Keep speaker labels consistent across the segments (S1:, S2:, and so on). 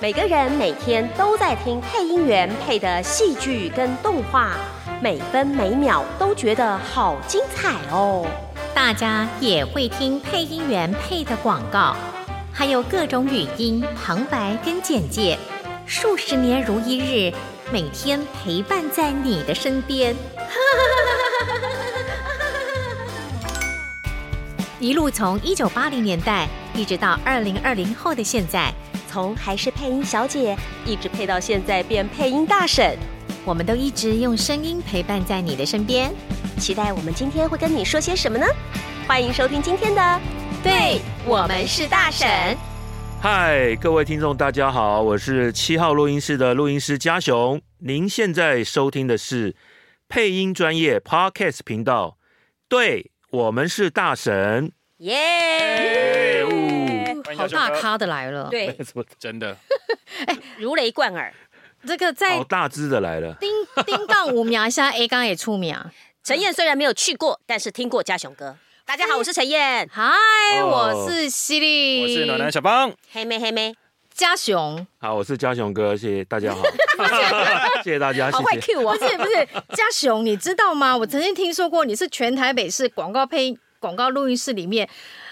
S1: 每个人每天都在听配音员配的戏剧跟动画，每分每秒都觉得好精彩哦。
S2: 大家也会听配音员配的广告，还有各种语音、旁白跟简介，数十年如一日，每天陪伴在你的身边。 一路从一九八零年代一直到二零二零后的现在，
S1: 从还是配音小姐，一直配到现在变配音大婶，
S2: 我们都一直用声音陪伴在你的身边。
S1: 期待我们今天会跟你说些什么呢？欢迎收听今天的，
S2: 对我们是大婶。
S3: 嗨，各位听众，大家好，我是七号录音室的录音师嘉雄。您现在收听的是配音专业 Podcast 频道，对我们是大神。哎
S1: 耶、
S4: 欢迎
S2: 好
S4: 小熊
S2: 大
S4: 哥，
S2: 咖的来了，
S1: 对，
S4: 真的，
S1: 如雷贯耳。
S2: 这个在
S3: 好哦大只的来了，
S2: 叮叮当五秒一下，A 刚也出啊秒。
S1: 陈燕虽然没有去过，但是听过嘉雄哥。大家好，我是陈燕，
S2: 嗨，
S3: 哦
S2: 我是犀利，
S4: 我是暖男小芳，
S1: 黑妹黑妹，
S2: 嘉雄，
S3: 好，我是嘉雄哥，谢谢大家好， 谢谢大家，谢
S1: 好会
S3: 谢。
S1: Q 哦我
S2: 不。是不是嘉雄，你知道 吗？我曾经听说过你是全台北市广告配音广告录音室里面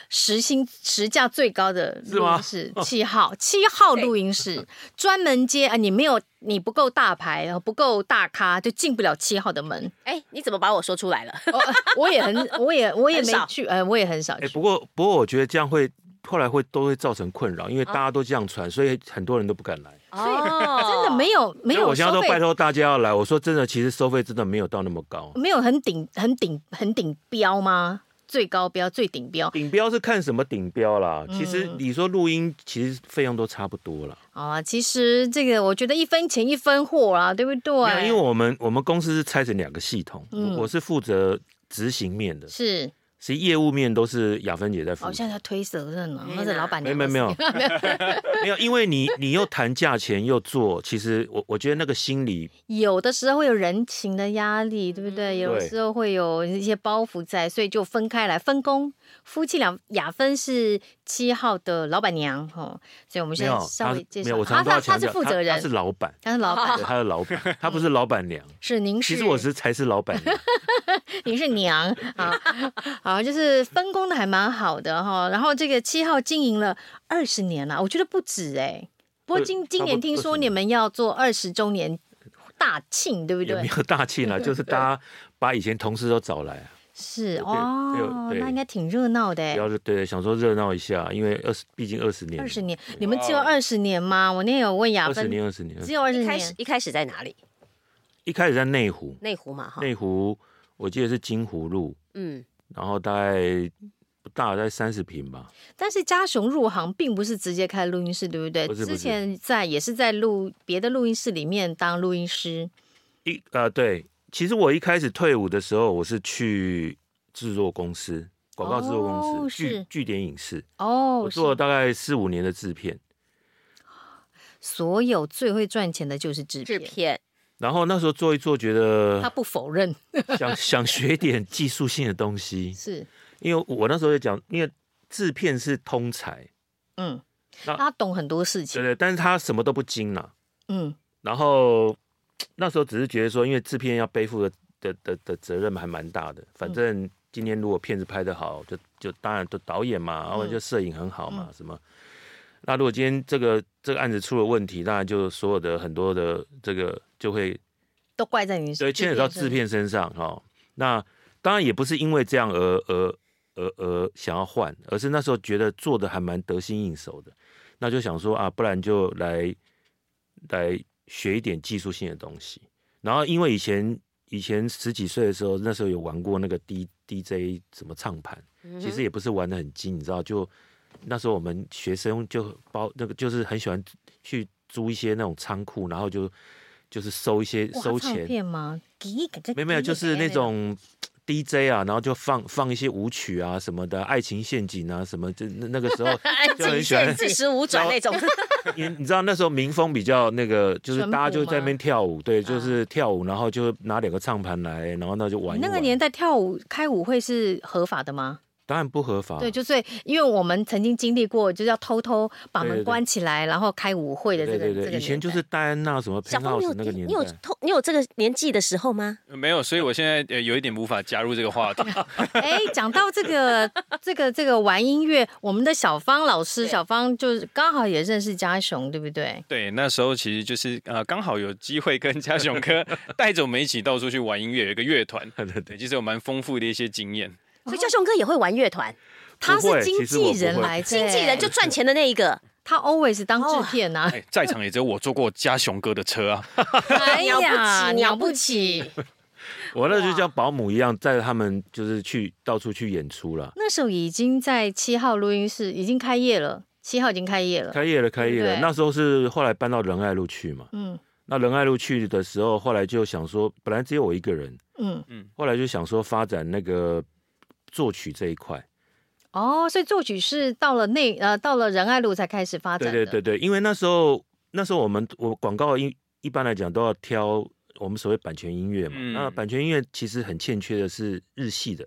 S2: 时薪时价最高的
S3: 是
S2: 录
S3: 吗
S2: 音室，七 号七号录音室专门接啊，你没有你不够大牌，不够大咖，就进不了七号的 门。
S1: 哎，你怎么把我说出来了？
S2: 哦我也很，我也我也
S1: 很
S2: 没
S1: 少
S2: 去，呃，我也很少
S3: 哎，
S2: 去。
S3: 不过不过，我觉得这样会后来会都会造成困扰，因为大家都这样传，所以很多人都不敢来。
S1: 哦，
S2: 啊真的 没有没
S3: 所以
S2: 有
S3: 我现在
S2: 收
S3: 都
S2: 费
S3: 拜托大家要来。我说真的，其实收费真的没有到那么高。
S2: 没有很顶、很顶、很顶标吗？最高标、最顶标
S3: 顶标是看什么顶标啦？
S2: 嗯
S3: 其实你说录音，其实费用都差不多啦。
S2: 啊！其实这个我觉得一分钱一分货啊啦，对不对
S3: 没有？因为我们我们公司是拆成两个系统，
S2: 嗯
S3: 我我是负责执行面的，
S2: 是
S3: 其实业务面都是雅芬姐在负
S2: 好
S3: 责。
S2: 像在推责任呢，
S1: 天哪
S2: 那是老板
S3: 没
S2: 娘。
S3: 没没有 没有，因为你你又谈价钱又做，其实我我觉得那个心理
S2: 有的时候会有人情的压力，对不对？有的时候会有一些包袱在，所以就分开来分工。夫妻俩，雅芬是七号的老板娘哦，所以我们
S3: 没
S2: 现在
S3: 有，
S2: 稍微介
S3: 没有，
S2: 绍，
S3: 我常
S2: 她
S3: 常都
S2: 她
S3: 要
S2: 她
S3: 强
S2: 是
S3: 调，
S2: 负责
S3: 他
S2: 人哦
S3: 是，老板，
S2: 她是老板
S3: 对，他是 老板，他不是老板娘。
S2: 是您是
S3: 其实我是才是老板娘，
S2: 你是娘啊，好，就是分工的还蛮好的哈。然后这个七号经营了二十年了，我觉得不止哎、不过今
S3: 对
S2: 今年
S3: 差不多
S2: 听说
S3: 20年
S2: 你们要做二十周年大庆， 对不
S3: 也没
S2: 对？
S3: 有大气啦，就是大家把以前同事都找来啊，
S2: 是
S3: 对
S2: 哦，
S3: 对对
S2: 那应该挺热闹的
S3: 不
S2: 哎。
S3: 要对想说热闹一下，因为二十毕竟二十年了，哦
S2: 二十年，你们只有二十年吗？我那天有问雅
S3: 二十
S2: 芬，
S3: 年二十年，
S2: 只有二十
S1: 一开始
S2: 年，
S1: 一开始在哪里？
S3: 一开始在内湖，
S1: 内湖嘛，哈，
S3: 内湖我记得是金湖路，
S1: 嗯，
S3: 然后大概不大，大概三十平吧。
S2: 但是嘉雄入行并不是直接开录音室，对不对？
S3: 不是不
S2: 之
S3: 是
S2: 前在也是在录别的录音室里面当录音师，
S3: 一呃，对，其实我一开始退伍的时候，我是去制作公司，广告制作
S2: 哦
S3: 公司，
S2: 是
S3: 据据点影视，
S2: 哦
S3: 我，做了
S2: 是
S3: 大概四五年的制片。
S2: 所有最会赚钱的就是制
S1: 制
S2: 片。
S1: 片，
S3: 然后那时候做一做，觉
S2: 他
S3: 得
S2: 不否认，
S3: 想想学点技术性的东西，
S2: 是，
S3: 因为我那时候就讲，因为制片是通才，
S2: 嗯，
S3: 那
S2: 他懂很多事
S3: 对
S2: 情，
S3: 对，但是他什么都不精啦、
S2: 嗯，
S3: 然后那时候只是觉得说，因为制片要背负的的的的责任还蛮大的。反正今天如果片子拍得好，就就当然都导演嘛，然后就摄影很好嘛，什么。那如果今天这个这个案子出了问题，当然就所有的很多的这个就会
S2: 都怪在你身
S3: 对牵扯到制，片身上哈、哦。那当然也不是因为这样而而而而想要换，而是那时候觉得做的还蛮得心应手的，那就想说啊，不然就来来学一点技术性的东西。然后因为以前以前十几岁的时候，那时候有玩过那个 D DJ 什么唱盘，
S2: 嗯
S3: 其实也不是玩的很精，你知道就。那时候我们学生就包那个，就是很喜欢去租一些那种仓库，然后就就是收一些
S2: 哇
S3: 收
S2: 唱
S3: 钱，
S2: 片吗？咦感觉
S3: 没有没有，就是那种 DJ 啊，然后就放放一些舞曲啊什么的，《爱情陷阱》啊什么，就那那个 时候
S1: 哎
S3: 就很喜欢，
S1: 四十五转那 种，
S3: 因为你知道那时候民风比较那个，就是
S2: 淳朴
S3: 大家就在那
S2: 吗啊
S3: 边跳舞，对，就是跳舞，然后就拿两个唱盘来，然后那就玩
S2: 你
S3: 一玩。
S2: 那个年代跳舞开舞会是合法的吗？
S3: 当然不合法。
S2: 对，就所以因为我们曾经经历过，就是要偷偷把
S3: 对对
S2: 门
S3: 对
S2: 关起来，然后开舞会的这
S3: 对
S2: 个
S3: 对
S2: 这
S3: 对，
S2: 个
S3: 以前
S2: 年
S3: 就
S2: 代
S3: 是戴安娜什么 p
S1: 小
S3: e n
S1: 峰，你有
S3: h o 那个
S1: 你
S3: 年
S1: 你有
S3: 代，
S1: 通你有这个年纪的时候吗？
S4: 没有，所以我现在呃有一点无法加入这个话题。
S2: 哎，讲到这个这个这个玩音乐，我们的小芳老师，小芳就是刚好也认识家雄，对不对？
S4: 对，那时候其实就是呃，刚好有机会跟嘉雄哥 带着我们一起到处去玩音乐，有一个乐团，
S3: 对
S4: 对，其实有蛮丰富的一些经验。
S1: 所
S2: 哦
S1: 以教雄哥也会玩乐团，
S2: 他是
S3: 会
S2: 经
S3: 其实我
S2: 纪
S3: 不
S2: 人
S3: 会
S2: 来的，
S1: 经纪人就赚钱的那一个，
S2: 他 always 当制片呐、啊，
S4: 哎，在场也只有我坐过嘉雄哥的车啊，
S2: 哎
S1: 了不起
S2: 了不起！
S3: 我那时候
S2: 啊
S3: 就像保姆一样，带着他们就是去到处去演出了。
S2: 那时候已经在七号录音室已经开业了，七号已经开业了，
S3: 开业了，开业
S2: 对
S3: 了。那时候是后来搬到仁爱路去嘛。
S2: 嗯
S3: 那仁爱路去的时候，后来就想说，本来只有我一个人，
S2: 嗯，
S3: 后来就想说发展那个作曲这一块。
S2: 哦，所以作曲是到了内呃到了仁爱路才开始发展
S3: 对
S2: 的，
S3: 对对对，因为那时候那时候我们我广告一一般来讲都要挑我们所谓版权音乐嘛。
S4: 嗯
S3: 那版权音乐其实很欠缺的是日系的，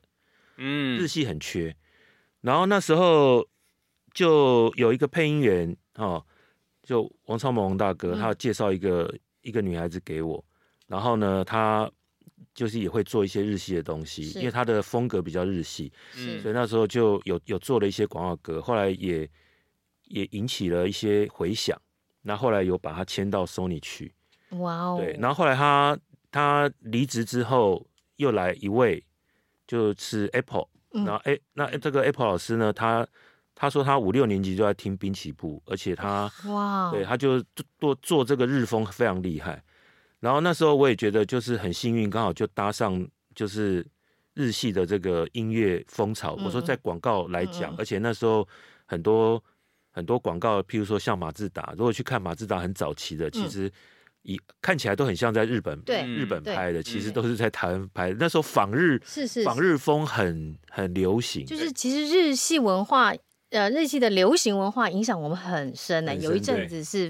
S3: 日
S4: 嗯，
S3: 系很缺。然后那时候就有一个配音员哦，就王超萌大哥，
S2: 嗯
S3: 他介绍一个一个女孩子给我，然后呢，她就是也会做一些日系的东西，
S2: 是
S3: 因为她的风格比较日系，
S4: 嗯
S3: 所以那时候就有有做了一些广告歌，后来也也引起了一些回响。那后来有把她签到 Sony 去，
S2: 哇哦，
S3: 对，然后后来她她离职之后，又来一位就是 Apple。
S2: 嗯
S3: 然后哎，那这个 Apple 老师呢，他他说他五六年级就在听滨崎步，而且他
S2: 哇，
S3: 对他就做做这个日风非常厉害。然后那时候我也觉得就是很幸运，刚好就搭上就是日系的这个音乐风潮。
S2: 嗯
S3: 我说在广告来讲，
S2: 嗯嗯
S3: 而且那时候很多很多广告，譬如说像马自达，如果去看马自达很早期的，其
S2: 嗯
S3: 实以、看起来都很像在日本
S2: 对
S3: 日本
S2: 对
S3: 拍的，其实
S2: 嗯
S3: 都是在台湾拍的。那时候仿日
S2: 是是
S3: 仿
S2: 是
S3: 日风很很流行，
S2: 就是其实日系文化，呃，日系的流行文化影响我们很深呢、
S3: 很深
S2: 有一阵子是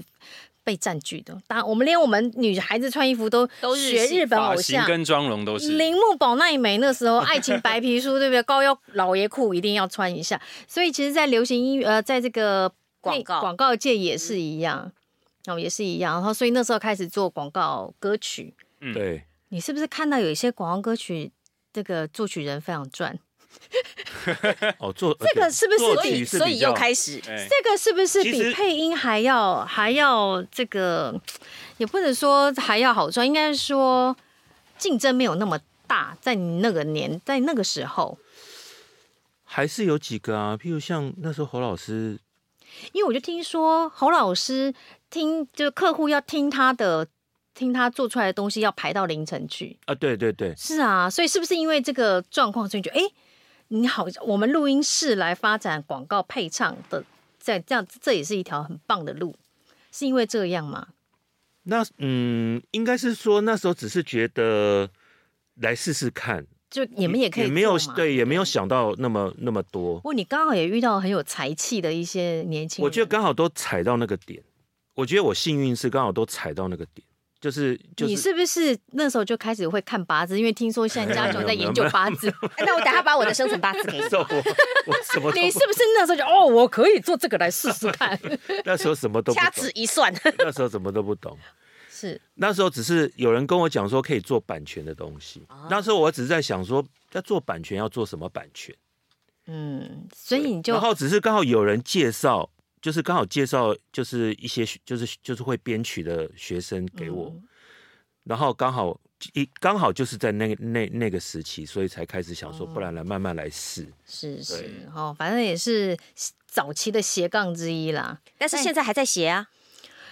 S2: 被占据的，当然我们连我们女孩子穿衣服都
S1: 都日系
S2: 学日本偶
S4: 发型
S2: 像。
S4: 跟妆容都是。
S2: 铃木保奈美那时候，《爱情白皮书》对不对？高腰老爷裤一定要穿一下。所以其实，在流行音乐，呃，在这个
S1: 广告
S2: 内广告界也是一样，哦，也是一样。然后，所以那时候开始做广告歌曲。
S4: 嗯
S3: 对，
S2: 你是不是看到有一些广告歌曲，这个作曲人非常赚？
S3: 哦， 做
S2: 这个是不是
S3: 作
S1: 所
S3: 曲
S1: 以
S3: 是
S1: 所
S3: 比
S1: 以
S3: 较
S1: 又开 始
S4: 哎
S2: 这个是不是
S3: 其实
S2: 比配音还要还要这个，也不能说还要好赚，应该说竞争没有那么大，在你那个年，在那个时候，
S3: 还是有几个啊，譬如像那时候侯老师，
S2: 因为我就听说侯老师听就是客户要听他的，听他做出来的东西要排到凌晨去。
S3: 啊，对对对，
S2: 是啊，所以是不是因为这个状况，所以你觉得哎，诶你好，我们录音室来发展广告配唱的，在这样这也是一条很棒的路，是因为这样吗？
S3: 那嗯，应该是说那时候只是觉得来试试看，
S2: 就你们也可以
S3: 也没有
S2: 做嘛
S3: 对，也没有想到那么那么多
S2: 不，过你刚好也遇到很有才气的一些年轻人，
S3: 我觉得刚好都踩到那个点，我觉得我幸运是刚好都踩到那个点，就是就。
S2: 你是不是那时候就开始会看八字？因为听说现在家雄在研究八字，
S1: 哎那我等下把我的生辰八字给你
S3: 那时候我我什 么
S2: 你
S3: 都
S2: 是不是那时候就哦，我可以做这个来试试 看？
S3: 那时候什么都不
S1: 掐
S3: 懂
S1: 指，一算，
S3: 那时候什么都不懂。
S2: 是
S3: 那时候只是有人跟我讲说可以做版权的东西，
S2: 哦
S3: 那时候我只是在想说要做版权要做什么版权，
S2: 嗯，所以你就
S3: 然后只是刚好有人介绍，就是刚好介绍就是一些就是就是会编曲的学生给我，
S2: 嗯
S3: 然后刚好一刚好就是在那个那那个时期，所以才开始想说，
S2: 哦
S3: 不然来慢慢来试。
S2: 是是哦，反正也是早期的斜杠之一啦。
S1: 但是现在还在写啊。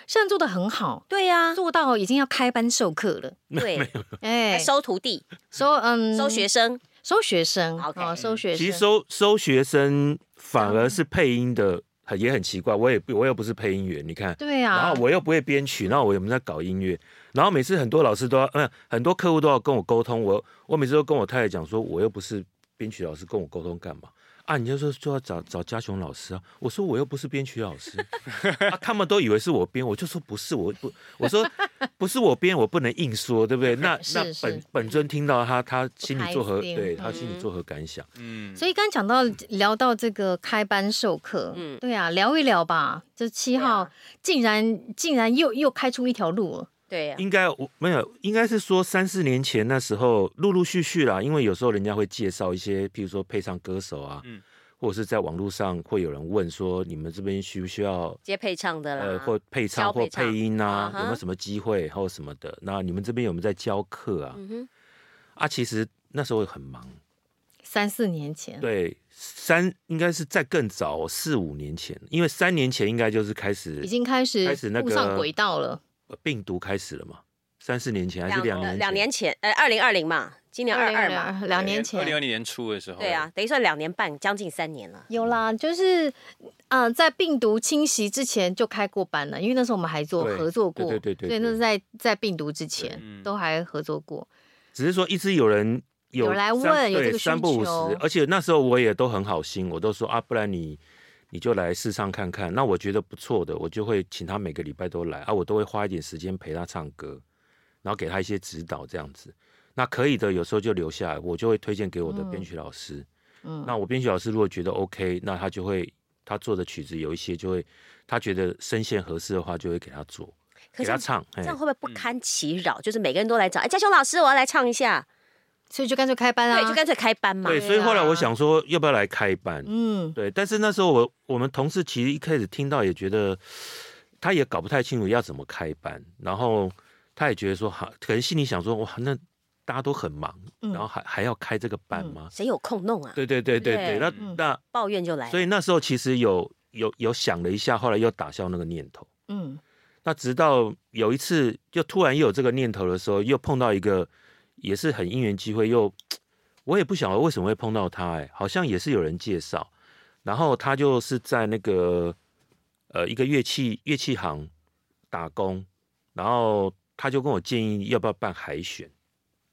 S2: 现在做的很好，
S1: 对呀、
S2: 做到已经要开班授课 了。
S1: 对，还
S2: 哎，
S1: 收徒弟、
S2: 收嗯
S1: 收学生，
S2: 收学生
S1: OK
S2: 哦，收学生。
S3: 其实收收学生反而是配音的，很也很奇怪，我也不我又不是配音员，你看。
S2: 对啊，
S3: 然后我又不会编曲，然后我们在搞音乐，然后每次很多老师都要，嗯，很多客户都要跟我沟通，我我每次都跟我太太讲说，我又不是编曲老师，跟我沟通干嘛？啊，你就说就要找找嘉雄老师啊。我说我又不是编曲老师， 啊、他们都以为是我编，我就说不是，我不，我说 不是我编，我不能硬说，对不对？那
S2: 是
S3: 那
S2: 是
S3: 本本尊听到他，他心里作何
S2: 不开心
S3: 对他心里作何感想？
S4: 嗯，
S2: 所以刚讲到聊到这个开班授课，
S1: 嗯
S2: 对啊，聊一聊吧。这七号、
S1: 对啊
S2: 竟然竟然又又开出一条路了，
S1: 对呀、
S3: 应该我没有，应该是说三四年前那时候陆陆续续啦，因为有时候人家会介绍一些，譬如说配上歌手啊，
S4: 嗯
S3: 或者是在网络上会有人问说，你们这边需不需要
S1: 接配唱的啦，
S3: 呃，或配
S1: 教
S3: 唱
S1: 配
S3: 或
S1: 唱
S3: 配音啊
S1: 啊，哈
S3: 有没有什么机会或什么的？那你们这边有没有在教课啊？
S1: 嗯哼，
S3: 啊，其实那时候很忙，
S2: 三四年
S1: 嗯
S2: 前，
S3: 对，三应该是在更早四五年前，因为三年前应该就是开始
S2: 已经开始
S3: 开始那
S2: 步
S3: 个
S2: 上轨道了。
S3: 呃病毒开始了嘛，三四年前还是
S1: 两
S3: 两年
S1: 呃
S3: 前
S1: 两年前，呃，二零二零嘛，今年二二嘛，
S2: 2022两年
S4: 二零二
S2: 前，
S4: 零年初的时候，哦
S1: 对啊，等于算两年半，将近三年了。
S2: 有啦，就是嗯、呃在病毒侵袭之前就开过班了，因为那时候我们还做
S3: 对
S2: 合作过，
S3: 对对对对
S2: 所以那是在在病毒之前
S4: 嗯
S2: 都还合作过。
S3: 只是说一直有人有
S2: 有来
S3: 三
S2: 问有这
S3: 对
S2: 个需
S3: 三不五
S2: 求
S3: 十，而且那时候我也都很好心，我都说啊，不然你你就来试唱看看。那我觉得不错的，我就会请他每个礼拜都来啊，我都会花一点时间陪他唱歌，然后给他一些指导这样子。那可以的，有时候就留下来，我就会推荐给我的编曲老师。
S2: 嗯
S3: 那我编曲老师如果觉得 OK，那他就会他做的曲子有一些就会他觉得声线合适的话，就会给他做，
S1: 可
S3: 给
S1: 是
S3: 他唱。
S1: 这
S3: 哎
S1: 样会不会不堪其扰？就是每个人都来找，哎，嘉雄老师，我要来唱一下，
S2: 所以就干脆开班啊，
S1: 对，就干脆开班嘛。
S3: 对，所以后来
S2: 啊
S3: 我想说，要不要来开班？
S2: 嗯，
S3: 对，但是那时候我我们同事其实一开始听到也觉得，他也搞不太清楚要怎么开班，然后他也觉得说，哈，可能心里想说，哇，那大家都很忙，
S2: 嗯
S3: 然后还还要开这个班吗？
S1: 谁有空弄啊？
S3: 对对对对
S1: 对
S3: 对，那
S4: 嗯
S3: 那
S1: 抱怨就来了。
S3: 所以那时候其实有有有想了一下，后来又打消那个念头。
S2: 嗯，
S3: 那直到有一次，就突然又有这个念头的时候，又碰到一个也是很因缘机会，又我也不晓得为什么会碰到他、哎，好像也是有人介绍，然后他就是在那个呃一个乐器乐器行打工，然后他就跟我建议要不要办海选，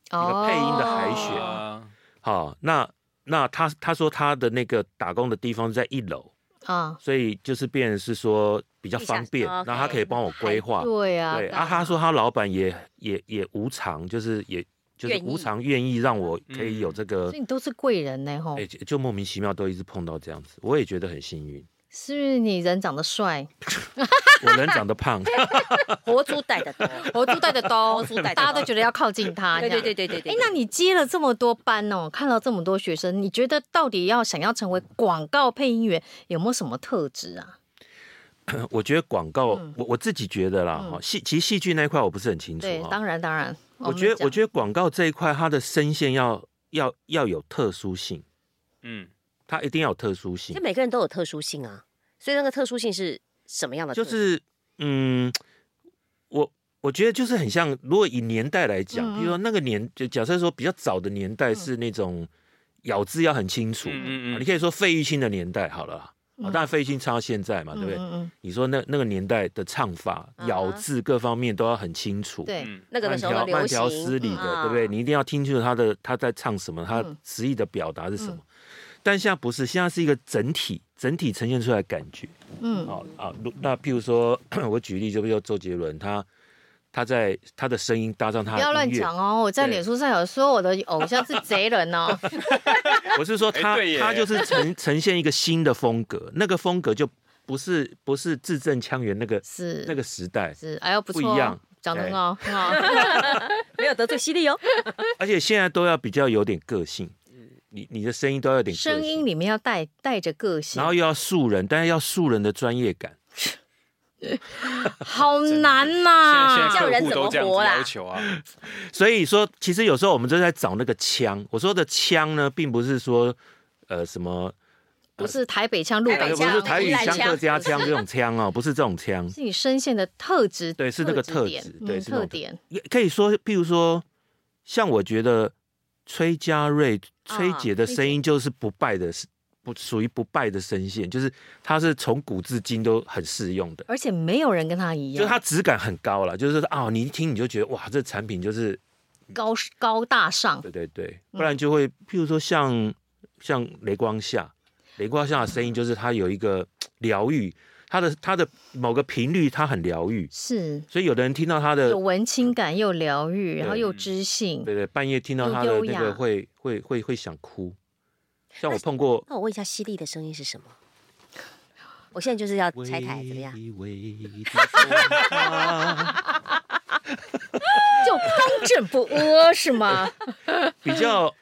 S3: 个配音的海选
S2: 哦
S4: 啊，
S3: 好、那那他他说他的那个打工的地方在一楼，
S2: 啊，
S3: 所以就是变成是说比较
S1: 地下
S3: 方便，
S1: 哦，OK
S3: 然后他可以帮我规划，
S2: 对啊，
S3: 对
S2: 干
S3: 啊，
S2: 嘛
S3: 他说他老板也也也无偿，就是也就是
S1: 愿意
S3: 无偿愿意让我可以有这个
S2: 所以，你都是贵人呢，吼
S3: 哎、，就就莫名其妙都一直碰到这样子，我也觉得很幸 运。
S2: 是不是你人长得帅，
S3: 我人长得胖，
S1: 活猪带的多，
S2: 活猪带的 刀，
S1: 活猪带的刀
S2: 大家都觉得要靠近他，
S1: 对对
S2: 这样
S1: 对。 对对对。
S2: 哎，那你接了这么多班哦，看到这么多学生，你觉得到底要想要成为广告配音员，有没有什么特质啊？
S3: 我觉得广告，
S2: 嗯
S3: 我我自己觉得啦，哈、戏其实戏剧那一块我不是很清楚
S2: 对，
S3: 哈
S2: 当。然当然，哦
S3: 我觉得我觉
S2: 得
S3: 得广告这一块，它的声线要要要有特殊性，
S4: 嗯，
S3: 它一定要有特殊性
S1: 就。每个人都有特殊性啊，所以那个特殊性是什么样的特
S3: 就
S1: 殊？
S3: 是嗯，我我觉得就是很像，如果以年代来讲，
S2: 嗯嗯嗯
S3: 比如说那个年，就假设说比较早的年代是那种咬字要很清楚，
S4: 嗯嗯嗯
S3: 啊你可以说费玉清的年代好了啦。啊，当然费玉清唱到现在嘛，对不对？
S2: 嗯
S3: 你说那那个年代的唱法、
S1: 啊哈
S3: 咬字各方面都要很清楚，
S2: 嗯，，对，
S4: 嗯
S1: 那个的
S3: 慢
S1: 时候
S3: 条
S1: 的流
S3: 慢条
S1: 行
S3: 斯理的，
S1: 嗯
S3: 对不对？你一定要听清楚他的他在唱什么，他
S2: 嗯
S3: 词意的表达是什么。但现在不是，现在是一个整体整体呈现出来的感觉。
S2: 嗯
S3: 好啊，如那譬如说， 我举例，就比如周杰伦，他他在他的声音搭上他
S2: 不要
S3: 的
S2: 乱
S3: 音乐，
S2: 讲哦，我在
S3: 对
S2: 脸书上有说我的偶像 是贼人哦，
S3: 我是 说他、
S4: 哎对耶
S3: 他就是呈呈现一个新的风格，那个风格就不是不是字正腔圆那个
S2: 是
S3: 那个时代，
S2: 是，哎呦不错哦，
S3: 不一样
S2: 长得很
S3: 对
S2: 好，很好。
S1: 没有得罪犀利哦。
S3: 而且现在都要比较有点个性，你你的声音都要有点
S2: 嗯
S3: 个
S2: 声音
S3: 性，
S2: 里面要带带着个性，
S3: 然后又要素人，但是要素人的专业感。
S2: 好难
S4: 现在现
S2: 呐、
S1: 这样
S4: 在
S1: 人
S4: 客户
S1: 怎么
S4: 都这样
S1: 活
S4: 子
S1: 啦
S4: 要求啊，
S3: 所以说，其实有时候我们都在找那个腔。我说的腔呢，并不是说呃什么，呃
S2: 不是台北腔、路
S1: 台
S2: 北
S1: 北
S3: 哎不
S1: 腔
S3: 是
S2: 腔，
S3: 台语
S1: 宜兰
S3: 腔、
S1: 腔
S3: 客家腔这种腔哦，不是这种腔。
S2: 是你声线的特质，
S3: 对是那个特
S2: 点
S3: 质对
S2: 嗯
S3: 是那
S2: 特
S3: 种
S2: 点，
S3: 也可以说，譬如说，像我觉得崔家瑞、崔姐的声音就是不败的，是不属于不败的声线，就是她是从古至今都很适用的，
S2: 而且没有人跟他一
S3: 就是
S2: 样，
S3: 它质感很高了，就是说啊、你一听你就觉得哇，这产品就是
S2: 高高大上，嗯
S3: 对对对，不然就会譬如说像像雷光下，雷瓜夏的声音就是它有一个疗愈，它的它的某个频率它很疗愈，
S2: 是
S3: 所以有的人听到它的
S2: 有文青感，又疗愈，然后
S3: 呃嗯对
S2: 又知性。
S3: 对对，半夜听到
S2: 又
S3: 他的
S2: 优
S3: 那
S2: 雅
S3: 个会会会会想哭。像我碰过，
S1: 那我问一下，犀利的声音是什么？我现在就是要拆台，怎么样？
S3: 微微的风 啊
S2: 就刚正不阿是吗？
S3: 比较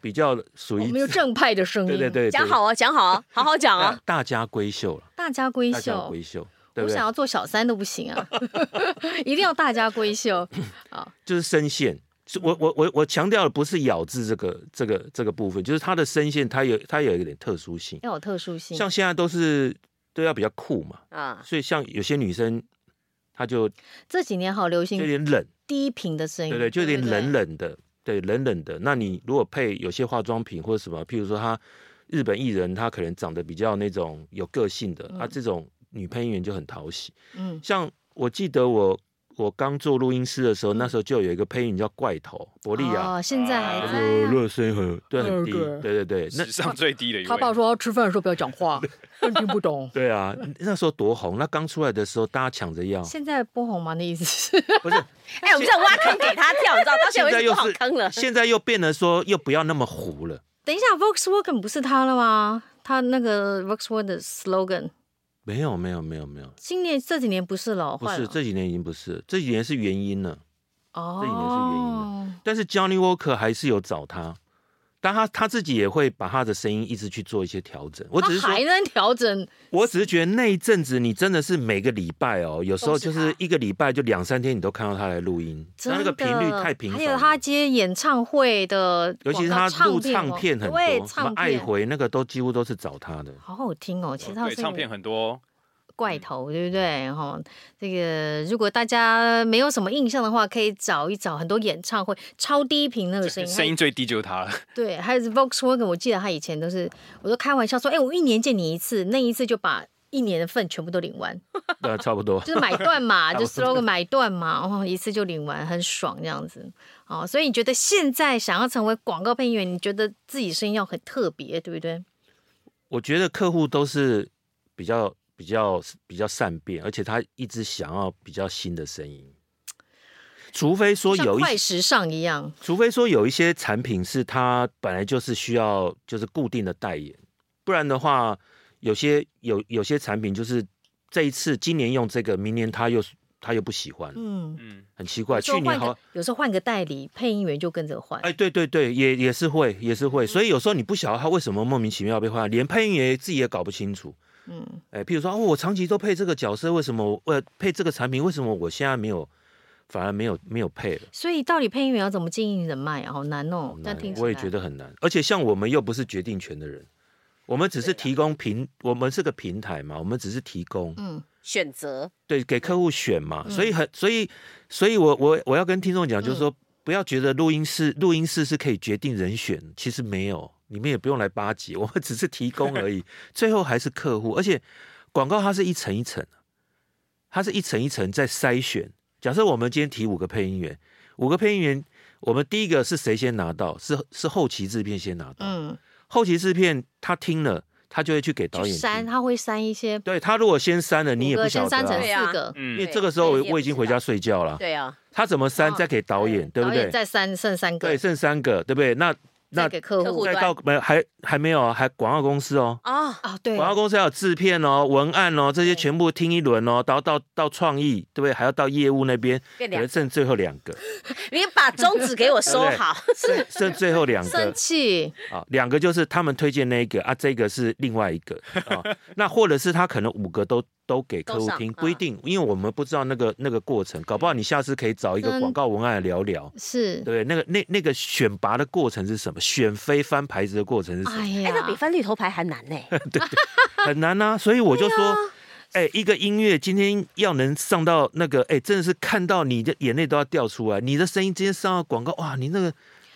S3: 比较属
S2: 我
S3: 于
S2: 们有正派的声音。
S3: 对对对，
S1: 讲
S3: 对
S1: 好哦，讲好哦，好好讲 哦。
S3: 大家闺秀了，
S2: 大家闺
S3: 大家
S2: 秀。
S3: 闺秀，对
S2: 我
S3: 不对
S2: 想？要做小三都不行啊， 一定要大家闺秀。
S3: 就是声线。是我我我我强调的不是咬字这个这个这个部分，就是它的声线，它有它有一点特殊性。
S2: 要有特殊性。
S3: 像现在都是都要比较酷嘛，
S1: 啊，
S3: 所以像有些女生，她就
S2: 这几年好流
S3: 有
S2: 行
S3: 点冷，
S2: 低频的声音，
S3: 对嗯对，就有点
S2: 不
S3: 冷冷的，对冷冷的。那你如果配有些化妆品或者什么，譬如说他日本艺人，他可能长得比较那种有个性的，啊，这种女配音员就很讨喜。
S2: 嗯，
S3: 像我记得我我刚做录音师的时候，那时候就有一个配音叫怪头伯利亚，
S2: 哦，现在还
S3: 那
S2: 在
S3: 个
S2: 啊。
S3: 啊热声很对很低，
S2: 那个
S3: 对对对，那
S4: 史上最低的一位。
S2: 他爸说吃饭的时候不要讲话，真听不 懂。
S3: 对啊，那时候多红，那刚出来的时候大家抢着要，
S2: 现在不红吗？那意思是
S3: 不是
S1: 哎，我们在挖坑给他跳，你知道？到现在
S3: 现
S1: 为
S3: 在
S1: 止不
S3: 又
S1: 好
S3: 是
S1: 坑了。
S3: 现在又变得说又不要那么糊了，
S2: 等一下，Volkswagen 不是他了吗？他那个 Volkswagen 的 slogan，
S3: 没有没有没有没有，
S2: 今年这几年不是了，
S3: 不
S2: 换
S3: 是
S2: 了
S3: 这几年已经不是了，这几年是原因了。
S2: 哦，
S3: 这几年是原因但是 Johnny Walker 还是有找他，但他他自己也会把他的声音一直去做一些调整。我只是
S2: 他
S3: 说，
S2: 还能调整，
S3: 我只是觉得那一阵子你真的是每个礼拜哦，有时候就是一个礼拜就两三天你都看到他来录音，那那个频
S2: 真的
S3: 率太频繁
S2: 还
S3: 了。
S2: 有他接演唱会的
S3: 尤
S2: 广告，
S3: 其是他录唱
S2: 哦
S3: 片很多，
S2: 对，
S3: 什么
S2: 唱
S3: 爱
S2: 片
S3: 回那个都几乎都是找他的。
S2: 好好听哦。其实他
S4: 对，唱片很嗯多哦
S2: 怪头，对不对？哈、这个如果大家没有什么印象的话，可以找一找很多演唱会超低频那个声音，
S4: 声音最低就是他了。
S2: 对，还有 Volkswagen，我记得他以前都是，我都开玩笑说，哎，我一年见你一次，那一次就把。一年的份全部都领完，
S3: 那啊差不多
S2: 就。是买断嘛，
S3: 差
S2: 就
S3: 不多
S2: slogan 买断嘛，然后一次就领完，很爽这样子。哦，所以你觉得现在想要成为广告配音员，你觉得自己声音要很特别，对不对？
S3: 我觉得客户都是比较比较比较善变，而且他一直想要比较新的声音，除非说
S2: 像
S3: 有一
S2: 快
S3: 些，
S2: 时尚一样，
S3: 除非说有一些产品是他本来就是需要就是固定的代言，不然的话，有些有有些产品就是这一次今年用这个，明年他又他又不喜欢，
S2: 嗯，
S4: 嗯，
S3: 很奇怪。
S2: 有时候
S3: 去
S2: 换
S3: 年
S2: 个
S3: 好。
S2: 有时候换个代理，配音员就跟着换。
S3: 哎，对对对，也也是会，也是
S2: 嗯
S3: 会，所以有时候你不晓得他为什么莫名其妙被换，连配音员自己也搞不清楚。
S2: 嗯，
S3: 哎，譬如说，哦，我长期都配这个角色，为什么我呃配这个产品，为什么我现在没有，反而没有没有配了？
S2: 所以到底配音员要怎么经营人脉啊？好难哦，
S3: 好
S2: 这样
S3: 难
S2: 听起来
S3: 我也觉得很难。而且像我们又不是决定权的人，我们只
S2: 啊
S3: 是提供平，我们是个平台嘛，我们只是提供，
S2: 嗯，
S1: 选择
S3: 对，给客户选嘛。所以很，所以，所以我我我要跟听众讲，
S2: 嗯
S3: 就是说，不要觉得录音室录音室是可以决定人选，其实没有，你们也不用来巴结，我们只是提供 而已，最后还是客户。而且广告它是一层一层的，它是一层一层在筛选。假设我们今天提五个配音员，五个配音员，我们第一个是谁先拿到？是是后期制片先拿到。
S2: 嗯，
S3: 后期制片他听了，他就会去给导
S2: 就
S3: 演
S2: 删
S3: 听。
S2: 他会删一些，
S3: 对他如果先删了，你也
S2: 五
S3: 不
S2: 个
S3: 晓
S2: 先
S3: 得、啊。
S2: 删成
S1: 对啊
S2: 四个，
S3: 因为
S4: 嗯，
S3: 这个时
S1: 对
S3: 候我
S1: 你也不
S3: 我已经回家睡觉了。
S1: 对啊，
S3: 他怎么删
S2: 哦
S3: 再给导演，对不
S2: 导演
S3: 对？
S2: 再删剩三个
S3: 对，，剩三个，对不对？那
S2: 再
S3: 那
S2: 给客
S1: 客
S2: 户
S1: 户
S3: 再
S1: 端
S3: 到没有还还没有啊，还广告公司哦，
S1: 啊，
S2: 啊，对，
S3: 广告公司还有制片哦、文案哦，这些全部听一轮哦，到到到创意，对不对？还要到业务那边，可
S1: 变两
S3: 能剩最后两个，
S1: 你把中指给我收
S3: 对不对
S1: 好。
S3: 剩剩最后两
S2: 生
S3: 个
S2: 气，
S3: 啊，两个就是他们推荐那一个啊，这个是另外一个啊， 那或者是他可能五个都都给客户
S1: 都上
S3: 听，
S1: 嗯
S3: 不一定，因为我们不知道那个那个过程，搞不好你下次可以找一个
S2: 真
S3: 广告文案来聊聊。
S2: 是，
S3: 对，那个那那个选拔的过程是什么？选妃翻牌子的过程 是什
S2: 哎
S3: 么？
S1: 哎，
S2: 呀，
S1: 那比翻绿头牌还难呢。
S3: 很难呐、所以我就说，
S2: 啊
S3: 哎、一个音乐今天要能上到那个，哎、真的是看到你的眼泪都要掉出来，你的声音今天上到广告，哇，你那个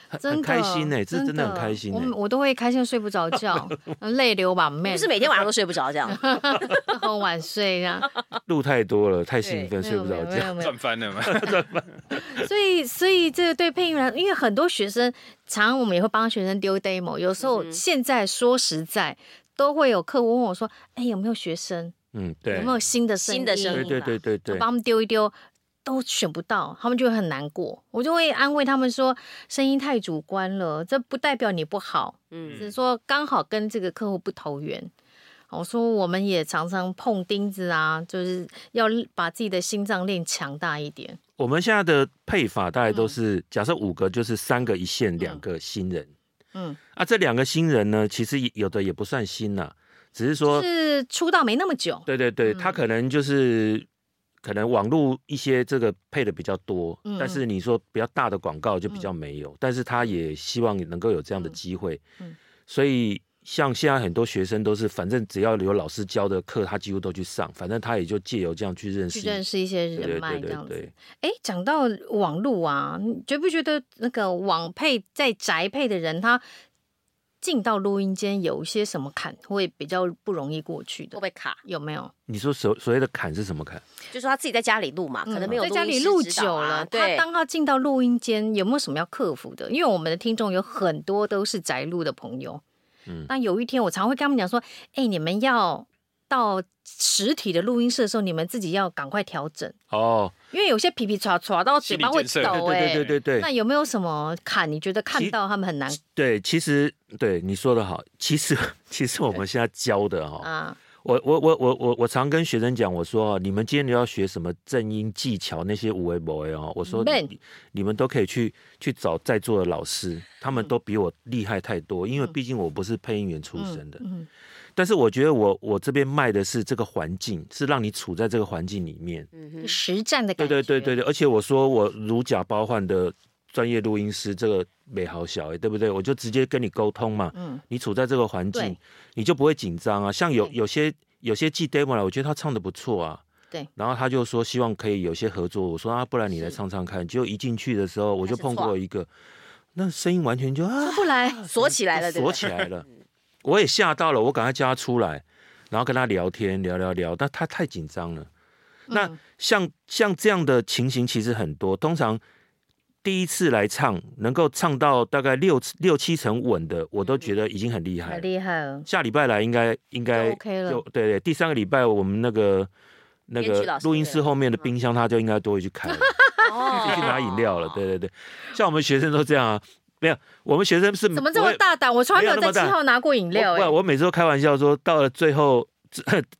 S3: 很
S2: 真
S3: 很
S2: 的
S3: 开心哎、这真的很开心哎、
S2: 我我都会开心得睡不着 觉，泪流满面，
S1: 不是每天晚上都睡不着这样。
S3: 嗯
S2: 很晚睡这 样，
S3: 录太多了，太兴奋，
S2: 没
S3: 睡
S2: 有
S3: 不
S2: 没
S3: 着
S2: 有没
S3: 觉。
S2: 有没有
S4: 赚翻了嘛？
S2: 所以，所以这个对配音员，因为
S1: 嗯
S2: 很多学生，常常我们也会帮学生丢 demo，有时候现在说实在。都会有客户问我说：“哎，有没有学生？
S3: 嗯，对，
S2: 有没有啊新的声音？
S1: 新的声
S3: 对
S1: 音
S3: 对对对
S2: 就
S3: 对
S2: 把，他们丢一丢，都选不到，他们就会很难过。我就会安慰他们说，声音太主观了，这不代表你不好，只
S1: 嗯，
S2: 是说刚好跟这个客户不投缘。我说我们也常常碰钉子啊，就是要把自己的心脏练强大一点。
S3: 我们现在的配法大概
S2: 嗯
S3: 都是、假设五个，就是三个一线，两个新人。
S2: 嗯，
S3: 啊，这两个新人呢，其实也有的也不算新啦，只是说，
S2: 是出道没那么久，
S3: 对对对，
S2: 嗯
S3: 他可能就是可能网络一些这个配的比较多，
S2: 嗯
S3: 但是你说比较大的广告就比较没有，但是他也希望能够有这样的机会，
S2: 嗯嗯
S3: 所以。像现在很多学生都是，反正只要有老师教的课，他几乎都去上，反正他也就借由这样去认识
S2: 去
S3: 一，
S2: 认识一些
S3: 对对
S2: 人脉
S3: 对
S2: 这样
S3: 对
S2: 子。
S3: 对，
S2: 哎，讲到网络啊，你觉不觉得那个网配在宅配的人，他进到录音间有一些什么坎会比较不容易过去
S1: 会不
S2: 的？
S1: 会卡？
S2: 有没有？
S3: 你说所所谓的坎是什么坎？
S1: 就说他自己在家里录嘛，
S3: 嗯
S1: 可能没有
S2: 嗯在家
S1: 音
S2: 里
S1: 师
S2: 录
S1: 指导
S2: 久
S1: 啊
S2: 了，他
S1: 对，
S2: 当他进到录音间，有没有什么要克服的？因为我们的听众有很多都是宅录的朋友，
S3: 嗯
S2: 那有一天我常会跟他们讲说，哎，你们要到实体的录音室的时候，你们自己要赶快调整，
S3: 哦，
S2: 因为有些皮皮抓抓到嘴巴会
S4: 心理建设
S2: 抖、
S4: 对
S2: 哎，
S3: 对对对对
S2: 那有没有什么坎？你觉得看
S3: 其
S2: 到他们很难
S3: 对，其实对你说的好，其实 其实我们现在教的哈，
S2: 啊？
S3: 我我我我我我常跟学生讲，我说哦，你们今天要学什么正音技巧那些五维博维哦，我说
S2: 嗯
S3: 你你们都可以去去找在座的老师，他们都比我厉害太多，因为毕竟我不是配音员出身的，
S2: 嗯
S3: 但是我觉得我我这边卖的是这个环境，是让你处在这个环境里面，
S1: 嗯
S2: 嗯，
S1: 哼，
S2: 实战的
S3: 对
S2: 感
S3: 对
S2: 觉，
S3: 对对对，而且我说我如假包换的专业录音师，这个美好小哎，对不对？我就直接跟你沟通嘛，
S2: 嗯
S3: 你处在这个环境
S2: 对，
S3: 你就不会紧张啊。像有
S2: 对
S3: 有些有些寄 demo 来，我觉得他唱的不错啊。
S2: 对，
S3: 然后他就说希望可以有些合作，我说啊，不然你来
S2: 是
S3: 唱唱看。结果一进去的时候，我就
S1: 开始
S3: 碰
S1: 错
S3: 过一个，那声音完全就啊
S2: 出不来，
S1: 锁起来了，对不嗯
S3: 锁
S1: 对
S3: 起来 了，我也吓到了，我赶快叫他出来，然后跟他聊天，聊聊聊，但他太紧张了。
S1: 嗯
S3: 那像像这样的情形其实很多，通常第一次来唱能够唱到大概六六七成稳的，我
S1: 嗯
S3: 都觉得已经很厉害
S2: 很
S3: 了。
S2: 厉害了。
S3: 下礼拜来应该应该
S2: 就 OK 了
S3: 就对对，第三个礼拜我们那个那
S1: 编曲老
S3: 个
S1: 师
S3: 录音室后
S2: 嗯
S3: 面的冰箱，他就应该都会去开 了，
S1: 哦
S3: 去拿饮料了。对对对，像我们学生都这样啊，没有嗯我们学生是
S2: 怎么这
S3: 不
S2: 么
S3: 会
S2: 大胆？我从来没有
S3: 没有
S2: 在
S3: 那么大
S2: 七号拿过饮料
S3: 我不
S2: 哎。
S3: 然我每次都开玩笑说，到了最后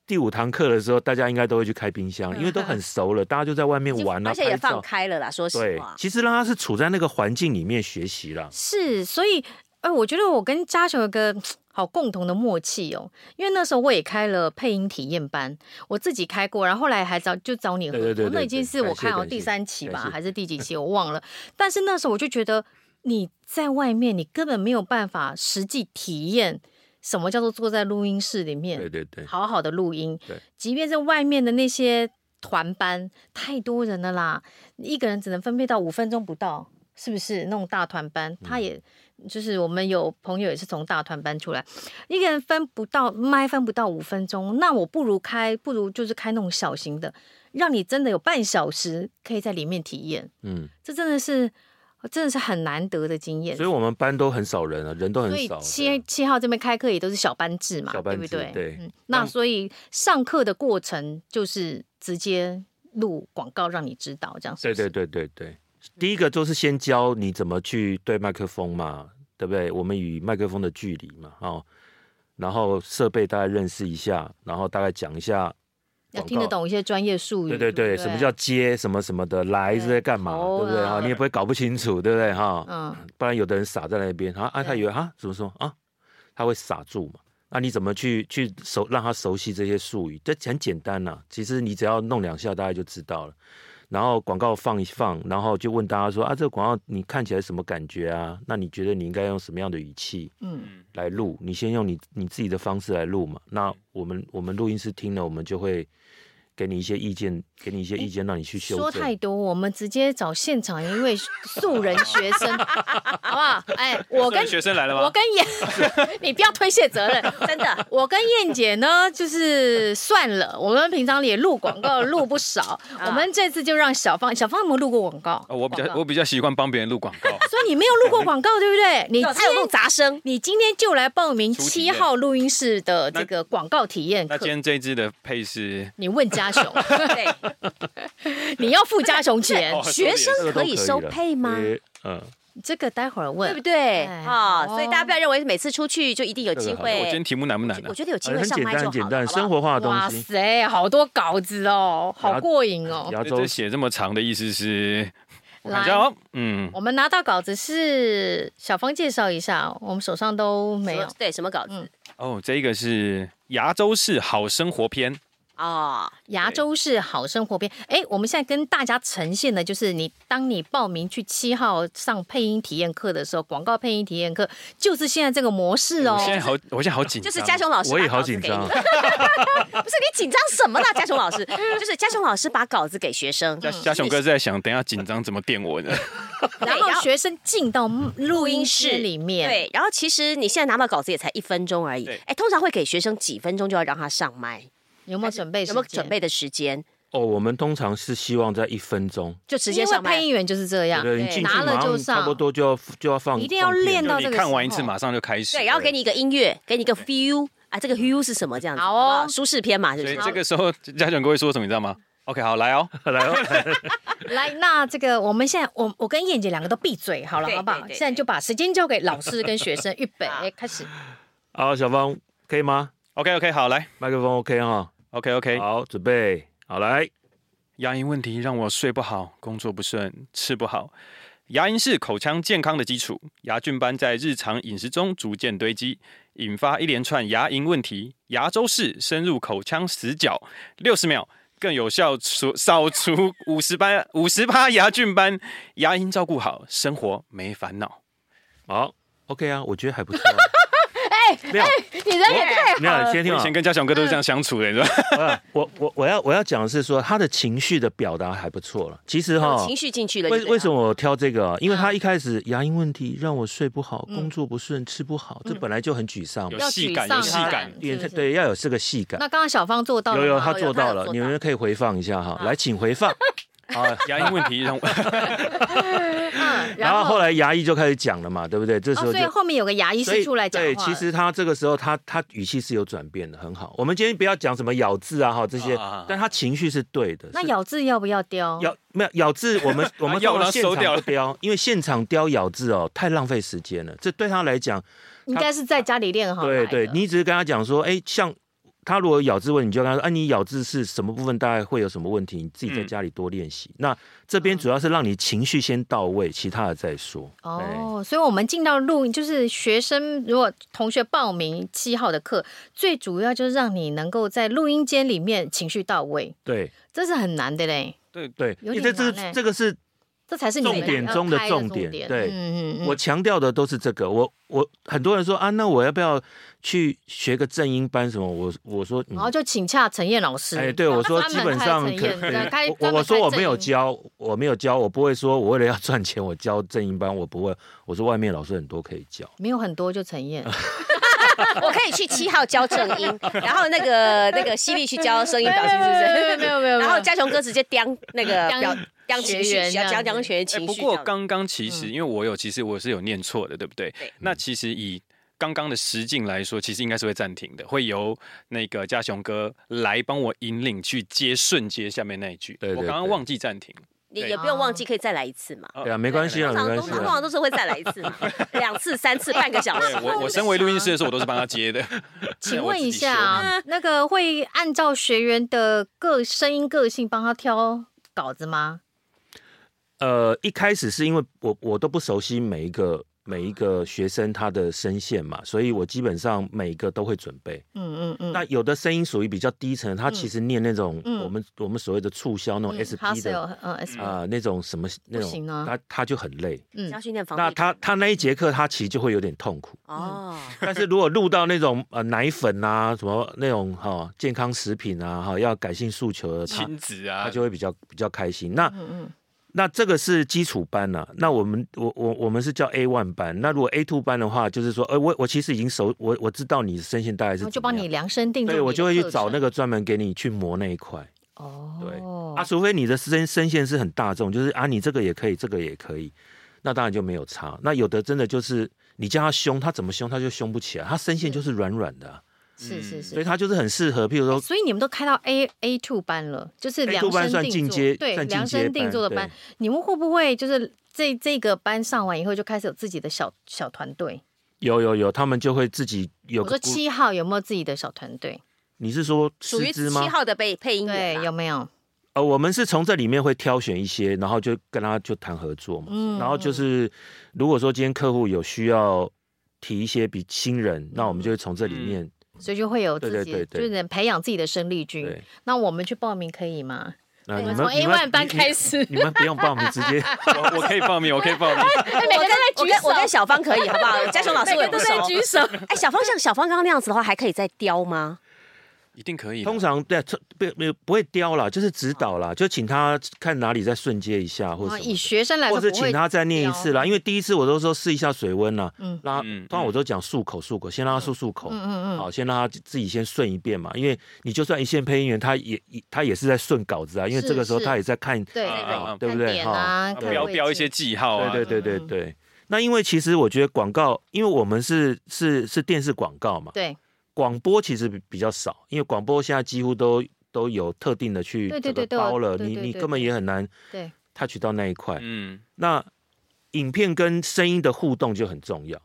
S3: 第五堂课的时候，大家应该都会去开冰箱，
S2: 嗯
S3: 因为都很熟了，大家就在外面
S1: 已经
S3: 玩啊，
S1: 而且也
S3: 拍
S1: 放
S3: 照。
S1: 开了啦。说实
S3: 对
S1: 话，，
S3: 其实让他是处在那个环境里面学习啦。
S2: 是，所以哎，我觉得我跟嘉雄有个好共同的默契哦，因为那时候我也开了配音体验班，我自己开过，然后后来还找就找你合作，
S3: 对对对对
S2: 那已经是我看好
S3: 感谢
S2: 第三期
S3: 感
S2: 吧，
S3: 谢
S2: 还是第几期我忘了，但是那时候我就觉得你在外面你根本没有办法实际体验什么叫做坐在录音室里面，
S3: 对对对，
S2: 好好的录音
S3: 对。
S2: 即便是外面的那些团班，太多人了啦，一个人只能分配到五分钟不到，是不是？那种大团
S3: 嗯
S2: 班，他也、就是我们有朋友也是从大团班出来，一个人分不到麦分不到五分钟，那我不如开，不如就是开那种小型的，让你真的有半小时可以在里面体验，
S3: 嗯，
S2: 这真的是。真的是很难得的经验，
S3: 所以我们班都很少人啊，人都
S2: 所
S3: 很
S2: 以
S3: 少。对
S2: 七七号这边开课也都是小班制嘛，
S3: 小班
S2: 对
S3: 制
S2: 不对？
S3: 对
S2: 嗯，那所以上课的过程就是直接录广告让你知道，这样是
S3: 对
S2: 不是
S3: 对对对对，第一个就是先教你怎么去对麦克风嘛，对不对？我们与麦克风的距离嘛，哦，然后设备大概认识一下，然后大概讲一下
S2: 要
S3: 广告
S2: 听得懂一些专业术语。
S3: 对对
S2: 对
S3: 对，
S2: 不对，
S3: 什么叫接什么什么的来
S2: 对
S3: 是在干嘛，
S2: 头啊
S3: 对不对
S2: 啦
S3: 哈？你也不会搞不清楚，对不对哈？
S2: 嗯
S3: 不然有的人傻在那边，他啊他
S2: 对
S3: 以为啊怎么说啊，他会傻住嘛。那你怎么去去熟让他熟悉这些术语？这很简单呐、其实你只要弄两下，大家就知道了。然后广告放一放，然后就问大家说啊，这个广告你看起来什么感觉啊？那你觉得你应该用什么样的语气
S2: 嗯
S3: 来录？你先用你你自己的方式来录嘛。那我们我们录音师听了，我们就会给你一些意见，给你一些意见，让你去修
S2: 说
S3: 正。
S2: 太多，我们直接找现场一位素人学生， 好不好？哎，我跟
S4: 所以学生来了
S2: 我
S4: 吗？
S2: 跟燕， 你不要推卸责任，真的。我跟燕姐呢，就是算了，我们平常也录广告录不 少，我们这次就让小芳，小芳有没有录过广告？
S4: 哦我比
S2: 广
S4: 较
S2: 告
S4: 我比较习惯帮别人录广告，
S2: 所以你没有录过广告，对不对？你
S1: 有他有
S2: 今
S1: 弄杂 声，
S2: 你今天就来报名
S4: 初体
S2: 七
S4: 验
S2: 号录音室的这个广告体验
S4: 那今
S2: 课。
S4: 天这一支的配是
S2: 你问家 雄，
S1: 对，
S2: 你要付家雄钱
S4: 哦，
S1: 学生
S3: 这个都
S1: 可以
S3: 了
S1: 收配吗？
S3: 诶嗯，
S2: 这个待会儿
S1: 对不
S2: 问。
S1: 对？
S2: 哎
S1: 啊、所以
S2: 哦
S1: 大家不要认为每次出去就一定有
S3: 这个
S1: 机
S3: 好
S1: 会。
S4: 呃我今天题目难不啊难呢
S1: 我？觉得有机
S3: 呃
S1: 会
S3: 很
S1: 上
S3: 简
S1: 麦就
S3: 单，
S1: 好
S3: 很简
S1: 了
S3: 单，
S1: 好不好
S3: 生活化的
S2: 哇
S3: 东西。
S2: 塞，好多稿子哦，
S3: 然
S2: 好
S3: 后
S2: 过瘾哦！
S3: 亚
S4: 这
S3: 洲
S4: 这写这么长的意思是，我看一
S2: 来
S4: 下哦，嗯，
S2: 我们拿到稿子是小芳介绍一下，我们手上都没
S1: 什
S2: 有
S1: 么。对什么稿子
S2: 嗯
S4: 哦，这个是牙州市好生活篇，
S1: 哦，
S2: 牙州市好生活篇，哎，我们现在跟大家呈现的就是你，当你报名去七号上配音体验课的时候，广告配音体验课就是现在这个模式哦
S4: 我。现在好，我现在好紧
S1: 就
S4: 张，
S1: 是嘉雄老师
S3: 我也
S1: 把
S3: 好
S1: 稿子
S3: 紧
S1: 给
S3: 张
S1: 你，
S4: 啊
S1: 不是你紧张什么啦？嘉雄 老师，就是嘉雄老师把稿子给学生，
S4: 嘉嘉雄哥是在想，等一下紧张怎么电我呢？
S2: 然
S1: 对然
S2: 后
S1: 后
S2: 学生进到录音室里面，
S1: 对，然后其实你现在拿到稿子也才一分钟而已
S4: 对，
S1: 哎，通常会给学生几分钟就要让他上麦，
S2: 有没有准备？
S1: 有没有准？备的时间？
S3: 哦，我们通常是希望在一分钟，
S1: 就直接
S2: 因为
S1: 上
S2: 配
S1: 麦。
S2: 音员就是这样，
S3: 对，你进去
S2: 拿了
S3: 马
S2: 就
S3: 上差不
S2: 上。
S3: 多就要就要放，
S2: 一定要
S3: 放片
S2: 练到
S4: 你
S2: 这个
S4: 看完一
S2: 时
S4: 次，
S2: 候
S4: 马上就开始了。
S1: 对，然后给你一个音乐，给你一个 feel 啊，这个 feel 是什么？这样子，
S2: 好哦
S1: 不舒适篇嘛，是不
S4: 所以
S1: 是？
S4: 这个时候，嘉雄哥会说什么，你知道吗？OK，好，来哦，
S3: 来哦，
S2: 来，那这个我们现在，我我跟燕姐两个都闭嘴好了，
S1: 对
S2: 好不好
S1: 对？对
S2: 现在就把时间交给老师跟学生，预 备
S1: 好
S2: 哎开始。
S3: 好，小芳可以吗？
S4: OK OK 好来
S3: 麦克风 OK 哈，
S4: OK OK，
S3: 好，准备，好来，
S4: 牙龈问题让我睡不好，工作不顺，吃不好。牙龈是口腔健康的基础，牙菌斑在日常饮食中逐渐堆积，引发一连串牙龈问题。牙周氏深入口腔死角六十秒，更有效除扫除五十斑五十八 牙菌斑。牙龈照顾好，生活没烦恼。
S3: 好，OK 啊，我觉得还不错啊。哎，没有，
S2: 你人也太
S3: 没有，先听啊
S4: 我
S3: 我
S4: 以前跟嘉雄哥都是这样相处的，你知道吗？
S3: 啊我我我要我要讲的是说，他的情绪的表达还不错了。其实哈，
S1: 哦情绪进去了，
S3: 为为什
S1: 么？
S3: 么我挑这个啊？因为
S2: 嗯
S3: 他一开始牙龈问题让我睡不好，工作不顺，吃不好，这本来就很沮丧嘛。
S4: 有戏感，有戏感。
S3: 也
S2: 嗯啊是不是
S3: 对，要有这个戏感。
S2: 那刚刚小芳做到了
S3: 有
S2: 吗，
S3: 有，他做到
S2: 有
S3: 了，你们可以回放一下哈。来，请回放。 啊，
S4: 牙龈问题让我
S2: 嗯，
S3: 然后后来牙医就开始讲了嘛，对不对？这时
S2: 哦，
S3: 候
S2: 所
S3: 就
S2: 以后面有个牙医
S3: 所以
S2: 师出来讲话
S3: 对，
S2: 了，
S3: 其实他这个时候他他语气是有转变的，很好。我们今天不要讲什么咬字啊哈这些
S4: 啊啊啊，
S3: 但他情绪是对的。
S2: 那
S3: 是
S2: 咬字要不要雕？
S3: 咬没有咬字，我们 我们
S4: 要
S3: 通常
S4: 了
S3: 现
S4: 收掉
S3: 场不雕，因为现场雕咬字哦太浪费时间了。这对他来讲，
S2: 应该是在家里练好来
S3: 对
S2: 的。
S3: 对，你只是跟他讲说，哎，像他如果有咬字问题，你就跟他说，啊，你咬字是什么部分，大概会有什么问题，你自己在
S4: 嗯
S3: 家里多练习。那这
S2: 嗯
S3: 边主要是让你情绪先到位，其他的再说。哎，
S2: 哦，所以我们进到录音，就是学生如果同学报名七号的课，最主要就是让你能够在录音间里面情绪到位，
S3: 对
S2: 这是很难的嘞，
S3: 对，
S2: 有
S3: 因为
S2: 点
S3: 这这
S2: 难哎
S3: 个这个是
S2: 这才是你们呃
S3: 重点
S2: 要
S3: 中的
S2: 拍
S3: 重点对
S2: 嗯嗯嗯，
S3: 我强调的都是这个。我我很多人说啊，那我要不要去学个正音班什么？我我说，嗯
S2: 然后就请洽陈燕老师。
S3: 哎，对我说，
S2: 专
S3: 基
S2: 门
S3: 本
S2: 开
S3: 上
S2: 陈
S3: 可
S2: 彦
S3: 可
S2: 在开
S3: 以，我
S2: 专门
S3: 我说
S2: 开
S3: 我
S2: 正
S3: 没有
S2: 音
S3: 教，我没有教，我不会说，我为了要赚钱，我教正音班，我不会，我说外面老师很多可以教。
S2: 没有很多就陈 燕，
S1: 我可以去七号教正音，然后那个那个犀利去教声音表情，是不
S2: 没
S1: 是
S2: 有没有？没有没有，
S1: 然后嘉雄哥直接刁那个
S2: 刁
S1: 表刁
S2: 学
S1: 情绪，
S2: 员这样
S1: 讲讲
S2: 子
S1: 学员情
S4: 哎
S1: 绪
S4: 不
S1: 这样子。
S4: 过刚刚其
S2: 嗯
S4: 实，因为我有，其实我是有念错的，对不对？
S1: 对
S4: 那其实以刚刚的实境来说，其实应该是会暂停的，会由那个嘉雄哥来帮我引领去接瞬接下面那一句。
S3: 对对
S4: 我刚刚
S3: 对
S4: 忘记暂停。
S1: 你
S4: 对
S1: 也不用忘记，可以再来一次嘛。
S2: 哦
S3: 对啊，没关系啊，
S1: 通常
S3: 没关
S1: 都
S3: 系
S1: 通
S3: 啊。
S1: 常都是会再来一次嘛，两次、三次、半个小时
S4: 对。我我身为录音师的时候，我都是帮他接的。
S2: 请
S4: 我
S2: 问
S4: 自
S2: 一
S4: 己
S2: 下
S4: 修
S2: 啊，那个会按照学员的个声音个性帮他挑稿子吗？
S3: 呃，一开始是因为我我都不熟悉每一个每一个学生他的声线嘛，所以我基本上每一个都会准备。
S2: 嗯嗯嗯，
S3: 那有的声音属于比较低沉，他其实念那种
S2: 嗯
S3: 我们我们所谓的促销那种 SP 的
S2: hustle，嗯 SP，
S3: 啊那种什么那
S2: 不行
S3: 种，
S2: 啊
S3: 他他就很累。
S2: 嗯
S1: 要训练防
S3: 那
S1: 备
S3: 他他那一节课他其实就会有点痛苦。
S1: 哦，
S3: 但是如果录到那种呃奶粉啊，什么那种哈、健康食品啊，哈、要改性诉求的，他
S4: 亲子啊，
S3: 他就会比较比较开心。那
S2: 嗯嗯
S3: 那这个是基础班了、那我们我我我们是叫 A one 班。那如果 A two 班的话，就是说，呃，我我其实已经熟，我我知道你的声线大概是
S2: 然后就
S3: 怎么
S2: 帮
S3: 样
S2: 你量身定做你
S3: 对
S2: 的课程。
S3: 我就会去找那个专门给你去磨那一块。
S2: 哦，
S3: 对啊，除非你的声声线是很大众，就是啊，你这个也可以，这个也可以，那当然就没有差。那有的真的就是你叫他凶，他怎么凶他就凶不起来，他声线就是软软的啊、
S2: 是是是
S3: 所以。他就是很适合，譬如
S2: 哎
S3: 说
S2: 所以你们都开到 A A two 班了，就是量
S3: A2 班
S2: 身
S3: 算
S2: 定
S3: 进
S2: 做，
S3: 阶
S2: 对，
S3: 算进
S2: 量
S3: 阶
S2: 身定
S3: 班
S2: 做的
S3: 对
S2: 班，你们会不会就是这这个班上完以后就开始有自己的小小团队？
S3: 有有有，他们就会自己有
S2: 我说
S3: 个顾。
S2: 七号有没有自己的小团队？
S3: 你是说
S1: 属于
S3: 师
S1: 七
S3: 资吗？
S1: 号的配配音
S2: 对
S1: 员，啦
S2: 有没有？
S3: 呃，我们是从这里面会挑选一些，然后就跟他就谈合作嘛。
S2: 嗯
S3: 然后就是如果说今天客户有需要提一些比新人，那我
S2: 嗯
S3: 们就会从这里面、
S2: 所以就会有自己，
S3: 对对对对
S2: 就是能培养自己的生力军
S3: 对。。
S2: 那我们去报名可以吗？
S3: 那
S2: 我
S3: 你
S2: 们
S3: 们
S2: 嗯从
S3: 你
S2: A
S3: 们
S2: one 班开始，
S3: 你们不用报名，直 接
S4: 我我可以报名，我可以报名。
S2: 哎，每个人都
S1: 我
S2: 在举
S1: 跟
S2: 手，
S1: 我跟小芳可以，好不 好？嘉雄老师
S2: 每
S1: 我
S2: 个
S1: 也
S2: 人
S1: 不
S2: 都在
S1: 熟。
S2: 举手，
S1: 哎，小芳像小芳刚刚那样子的话，还可以再雕吗？
S4: 一定可以的。
S3: 通常对，这不不不会刁啦，就是指导啦，就请他看哪里再瞬间一下，或者
S2: 啊
S3: 什
S2: 以
S3: 么
S2: 学生来
S3: 的，
S2: 说
S3: 或者
S2: 不
S3: 请
S2: 会
S3: 他再念一次啦。因为第一次我都说试一下水温啦，
S2: 嗯
S3: 嗯，让他
S4: 嗯
S3: 通常我都讲漱口漱口，先让他漱漱口，
S2: 嗯嗯嗯，
S3: 好，先让他自己先顺一遍嘛，因为你就算一线配音员，他也他也是在顺稿子啊，因为
S2: 是
S3: 这个时候
S2: 是
S3: 他也在看，
S2: 对
S4: 啊啊啊
S2: 看
S3: 对不对
S2: 点
S3: 哈
S2: 啊，
S3: 啊
S2: 看
S3: 对
S4: 标
S2: 位
S4: 标一
S2: 置
S4: 些记号啊，
S3: 对对对
S2: 嗯
S3: 对对。那因为其实我觉得广告，因为我们是是是电视广告嘛，
S2: 对
S3: 广播其实比比较少，因为广播现在几乎都都有特定的去
S2: 对对
S3: 这
S2: 对
S3: 个
S2: 都有
S3: 包了，
S2: 对
S3: 你
S2: 对
S3: 你
S2: 对
S3: 根本
S2: 对
S3: 也很难
S2: 对，
S3: touch 到那一块。
S4: 嗯，
S3: 那影片跟声音的互动就很重要，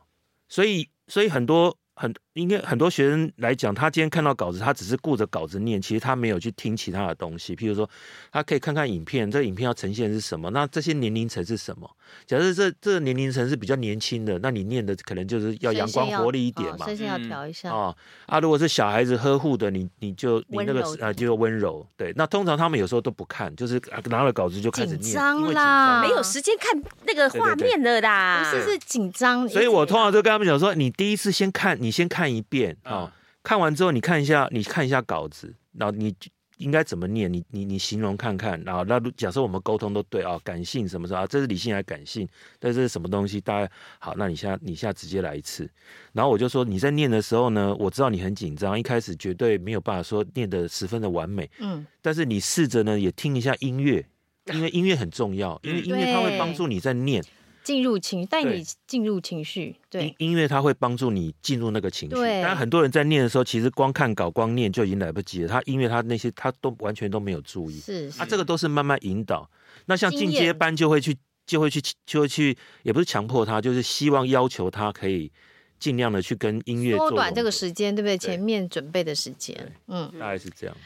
S3: 所以所以很多很应该很多学生来讲，他今天看到稿子，他只是顾着稿子念，其实他没有去听其他的东西。譬如说，他可以看看影片，这个影片要呈现的是什么，那这些年龄层是什么？假设这这个年龄层是比较年轻的，那你念的可能就是要
S2: 声
S3: 阳
S2: 线
S3: 光
S2: 要
S3: 活力一
S2: 哦
S3: 点嘛。
S2: 声线要
S4: 嗯
S2: 调一下，
S3: 啊啊！如果是小孩子呵护的，你你就你
S2: 温
S3: 那个
S2: 柔
S3: 啊，就温柔。对，那通常他们有时候都不看，就是啊拿了稿子就开始
S2: 紧
S3: 念，
S2: 张
S3: 因为紧
S2: 啦
S3: 张
S1: 没有时间看那个画面了啦。
S2: 不是是紧张，
S3: 所以
S2: 一直
S3: 我通常都跟他们讲说，你第一次先看，你先看一遍啊、哦
S4: 啊
S3: 看完之后你看一下，你看一下稿子，然后你就应该怎么念，你你你形容看看，然后那如假设我们沟通都对啊、感性什么什么啊，这是理性还是感性，但这是什么东西？大概好，那你现在你现在直接来一次，然后我就说你在念的时候呢，我知道你很紧张，一开始绝对没有办法说念的十分的完美，
S2: 嗯，
S3: 但是你试着呢也听一下音乐。因为音乐很重要，因为音乐它会帮助你在念，
S2: 进入情绪，带
S3: 对
S2: 你进入情绪，
S3: 音
S2: 对，
S3: 音乐它会帮助你进入那个情绪。
S2: 对
S3: 但很多人在念的时候，其实光看稿、光念就已经来不及了。他音乐他那些他都完全都没有注意。
S2: 是
S3: 啊，这个都是慢慢引导。那像进
S2: 经
S3: 阶
S2: 验
S3: 班就会去，就会去，就会去，也不是强迫他，就是希望要求他可以尽量的去跟音乐
S2: 缩
S3: 做
S2: 短这个
S3: 融合
S2: 时间，对不对？
S3: 对
S2: 前面准备的时间，嗯，
S3: 大概是这样。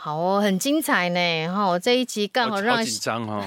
S2: 好哦，很精彩呢，哈、这一集
S3: 哦
S2: 刚好
S4: 好
S2: 让
S4: 好紧 张哦，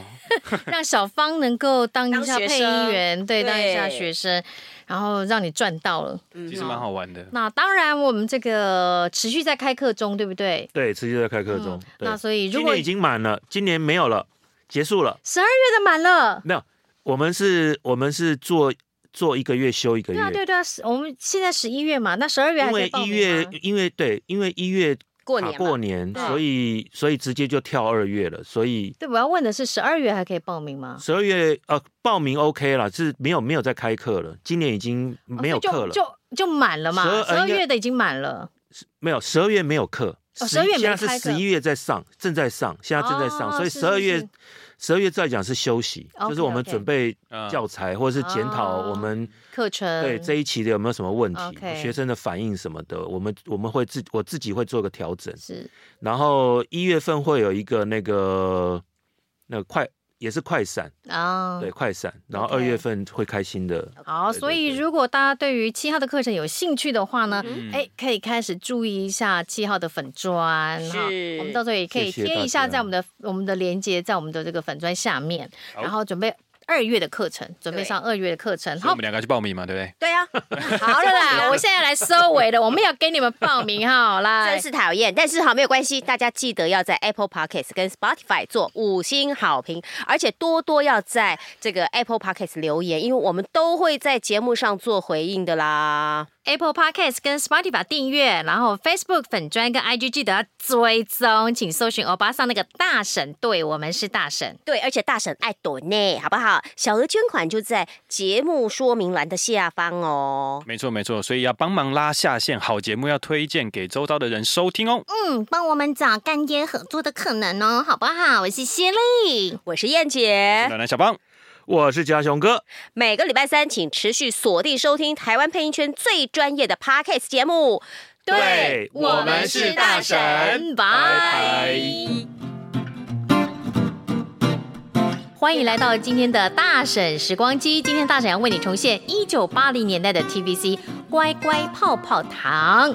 S2: 让小芳能够当一下
S1: 当学
S2: 配
S1: 生
S2: 音员，对，
S1: 对
S2: 当一下学生，然后让你赚到了。
S1: 嗯
S4: 其实蛮好玩的。
S2: 那当然，我们这个持续在开课中，对不对？嗯
S3: 对，持续在开课中。对
S2: 那所以如
S3: 今
S2: 果
S3: 年已经满了，今年没有了，结束了。
S2: 十二月的满了。
S3: 没有，我们是，我们是做做一个月休一个
S2: 对
S3: 月。
S2: 啊，对啊对啊，十我们现在十一月嘛，那十二月还
S3: 因
S2: 可以
S3: 为
S2: 报
S3: 一
S2: 名
S3: 月
S2: 吗？，
S3: 因为对，因为一月
S1: 过
S3: 卡
S1: 年嘛
S3: 啊过年，
S2: 对
S3: 所以所以直接就跳二月了，所以
S2: 对，我要问的是十二月还可以报名吗？
S3: 十二月呃报名 OK 了，是没有没有在开课了，今年已经没有课
S2: 哦
S3: 了，
S2: 就就就满了嘛，
S3: 12
S2: 十二
S3: 呃应该
S2: 月的已经满了。
S3: 没有十二月没有课，
S2: 哦
S3: 十
S2: 12月没
S3: 现在是
S2: 开课
S3: 十一月在上，正在上，现在正在上，
S2: 哦
S3: 所以
S2: 是
S3: 十二
S2: 是
S3: 月
S2: 是
S3: 十二月再讲是休息，
S2: OK，
S3: 就是我们
S2: OK
S3: 准备
S4: 嗯
S3: 教材或者是检讨
S2: 哦
S3: 我们
S2: 课程
S3: 对这一期的有没有什么问题，
S2: OK
S3: 学生的反应什么的，我们我们会自我自己会做个调整。
S2: 是
S3: 然后一月份会有一个那个那个快也是快闪，
S2: 啊，
S3: 对，快闪。然后
S2: OK
S3: 二月份会开心的，
S2: 好，
S3: 对
S2: 所
S3: 对
S2: 以
S3: 对
S2: 如果大家对于七号的课程有兴趣的话呢，
S4: 嗯
S2: 哎、可以开始注意一下七号的粉砖
S1: 是
S2: 哈。我们到时候也可以
S3: 谢谢
S2: 贴一
S3: 大
S2: 下
S3: 家
S2: 在我们的我们的连接在我们的这个粉砖下面，
S4: 好
S2: 然后准备二月的课程，准备
S1: 对
S2: 上二月的课程。
S4: 所以我
S2: 好
S4: 们，两个去报名嘛，对不对？
S1: 对啊，
S2: 好了 啦，我现在来收尾了，我们要给你们报 名哈，来
S1: 真。是讨厌。但是好，没有关系，大家记得要在 Apple Podcast 跟 Spotify 做五星好评，而且多多要在这个 Apple Podcast 留言，因为我们都会在节目上做回应的啦。
S5: Apple Podcast 跟 Spotify 订阅，然后 Facebook 粉专跟 IG 记得要追踪，请搜寻欧巴桑那个大婶，对我们是大婶。
S1: 对，而且大婶爱朵内，好不好？小额捐款就在节目说明栏的下方哦。
S4: 没错没错，所以要帮忙拉下线，好节目要推荐给周遭的人收听哦。
S5: 嗯，帮我们找干爹合作的可能哦，好不好？我是谢丽，
S1: 我是燕姐，
S4: 暖暖小帮，
S3: 我是嘉雄哥，
S1: 每个礼拜三请持续锁定收听台湾配音圈最专业的 Podcast 节目。
S3: 对我们是大婶
S2: 拜。欢迎来到今天的大婶时光机。今天大婶要为你重现一九八零年代的 TVC《乖乖泡泡糖》。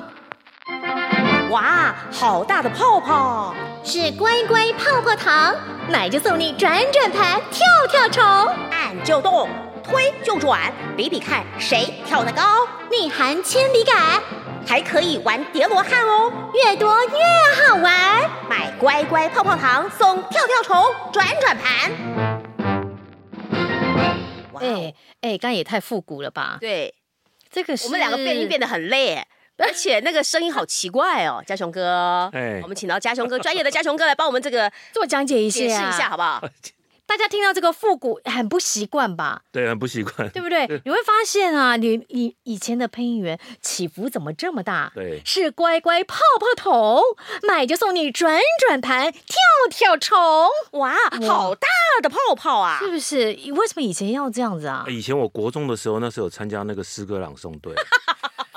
S1: 哇，好大的泡泡！
S5: 是乖乖泡泡糖，买就送你转转盘、跳跳虫。
S1: 按就动，推就转，比比看谁跳得高，
S5: 内含铅笔杆，
S1: 还可以玩叠罗汉哦。
S5: 越多越好玩。
S1: 买乖乖泡泡糖送跳跳虫、转转盘。哇
S2: 哎、哎，刚、才也太复古了吧？
S1: 对
S2: 这个是
S1: 我们两个变音变得很累，而且那个声音好奇怪哦，嘉雄哥。
S3: 哎
S1: 我们请到嘉雄哥，专业的嘉雄哥来帮我们这个
S2: 做讲解一下，
S1: 解释一下，好不好？
S2: 大家听到这个复古很不习惯吧？
S3: 对，很不习惯，
S2: 对不对？你会发现啊，你你以前的配音员起伏怎么这么大？
S3: 对
S2: 是乖乖泡泡桶，买就送你转转盘、跳跳虫，
S1: 哇，好大的泡泡啊！
S2: 是不是？为什么以前要这样子啊？
S3: 以前我国中的时候，那时候有参加那个诗歌朗诵 队，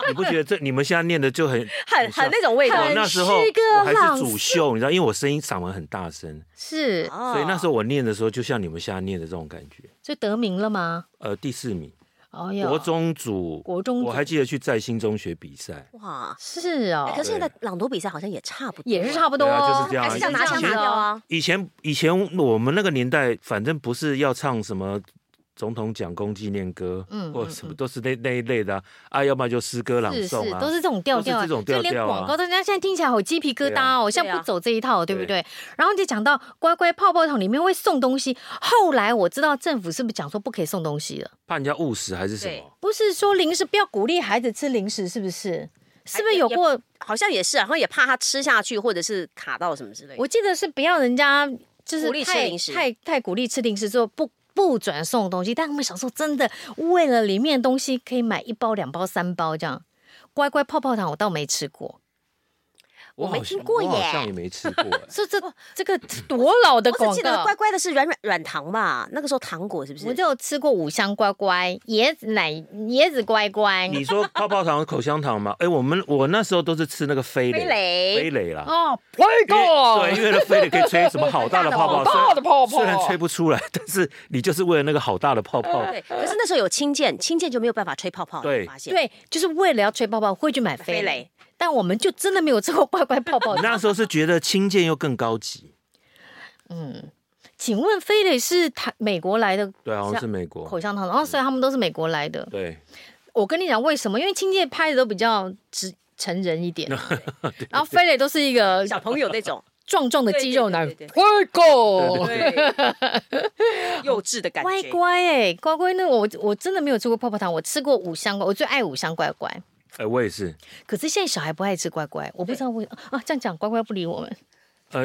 S3: 你不觉得这你们现在念的就很
S1: 很很那种味道
S3: 我。那时候
S2: 诗歌
S3: 我还
S2: 朗
S3: 是
S2: 诵嗯
S3: 主秀，你知道，因为我声音嗓门很大声，
S2: 是，
S1: 所
S3: 所以那时候我念的时候，就像你们现在念的这种感觉。
S2: 就得名了吗？
S3: 呃，第四名，
S2: 哦
S3: 国中组，
S2: 国中组
S3: 我还记得去在新中学比赛，
S1: 哇，
S2: 是哦
S1: 哎，可是现在朗读比赛好像也差不多，
S2: 也是差不多
S3: 对
S2: 哦，
S3: 啊就是这
S1: 还
S3: 样啊
S1: 是要
S2: 还是
S1: 拿
S2: 这
S1: 枪
S2: 样
S1: 拿
S2: 子
S1: 掉
S2: 哦。
S1: 啊。
S3: 以前以前我们那个年代，反正不是要唱什么总统奖功纪念歌，
S2: 嗯
S3: 或
S2: 嗯
S3: 者什么都是那那一类的啊，啊要不然就诗歌朗
S2: 是是
S3: 诵啊，，
S2: 都是这种调调啊，
S3: 都是这种
S2: 就连
S3: 调调啊
S2: 广告，大家现在听起来好鸡皮疙
S3: 对
S2: 瘩
S3: 啊
S2: 哦，像
S1: 对啊
S2: 不走这一套，对不对？然后就讲到乖乖泡泡桶里面会送东西，后来我知道政府是不是讲说不可以送东西了？
S3: 怕人家误食还是什
S1: 对
S3: 么？
S2: 不是说零食不要鼓励孩子吃零食，是不是？是不是
S1: 啊也
S2: 有过？
S1: 好像也是啊，好像也怕他吃下去，或者是卡到什么之类的。
S2: 我记得是不要人家就是
S1: 鼓励吃
S2: 太
S1: 零食
S2: 太太鼓励吃零食之后不。不准送东西，但我们小时候真的为了里面的东西可以买一包、两包、三包这样。乖乖泡泡糖我倒没吃过，
S1: 我
S3: 好
S1: 没听
S3: 像
S1: 过
S3: 我好
S1: 耶
S3: 像也 没吃过耶
S2: 这这这个多老的
S1: 哦我
S2: 广
S1: 只记得
S2: 告
S1: 乖。乖的是软软软糖吧，那个时候糖果是不是？
S2: 我就有吃过五香乖乖、椰子奶、椰子乖乖。
S3: 你说泡泡糖、口香糖嘛？哎，我们我那时候都是吃那个飞
S1: 飞
S3: 雷，
S1: 雷
S3: 飞雷啦。
S2: 哦，乖
S3: 因为对，因为那飞雷可以吹什么好大的泡泡，
S2: 好大的泡泡
S3: 虽然吹不出来，但是你就是为了那个好大的泡泡，
S1: 对，可是那时候有氢键，氢键就没有办法吹泡泡，
S3: 对
S1: 你发现？，
S2: 对，就是为了要吹泡泡会去买
S1: 飞
S2: 飞
S1: 雷
S2: 雷，但我们就真的没有吃过乖乖泡泡
S3: 你。那时候是觉得轻剑又更高级，
S2: 请问飞雷是台美国来的
S3: 对啊，好像是美国
S2: 口，香糖，然后所以他们都是美国来的。
S3: 对，
S2: 我跟你讲为什么？因为青界拍的都比较直成人一点，然后飞雷都是一个
S1: 小朋友那种，
S2: 壮壮 的
S1: 对
S2: 肌
S1: 对
S2: 肉
S1: 对
S2: 男，
S1: 对对
S2: 乖狗。
S1: 对， 幼稚的感
S2: 乖
S1: 觉。
S2: 乖哎、乖乖那我我真的没有吃过泡泡糖，我吃过五香乖，我最爱五香乖乖。
S3: 哎，我也是，
S2: 可是现在小孩不爱吃乖乖，我不知道为啊这样讲乖乖不理我们，
S3: 呃，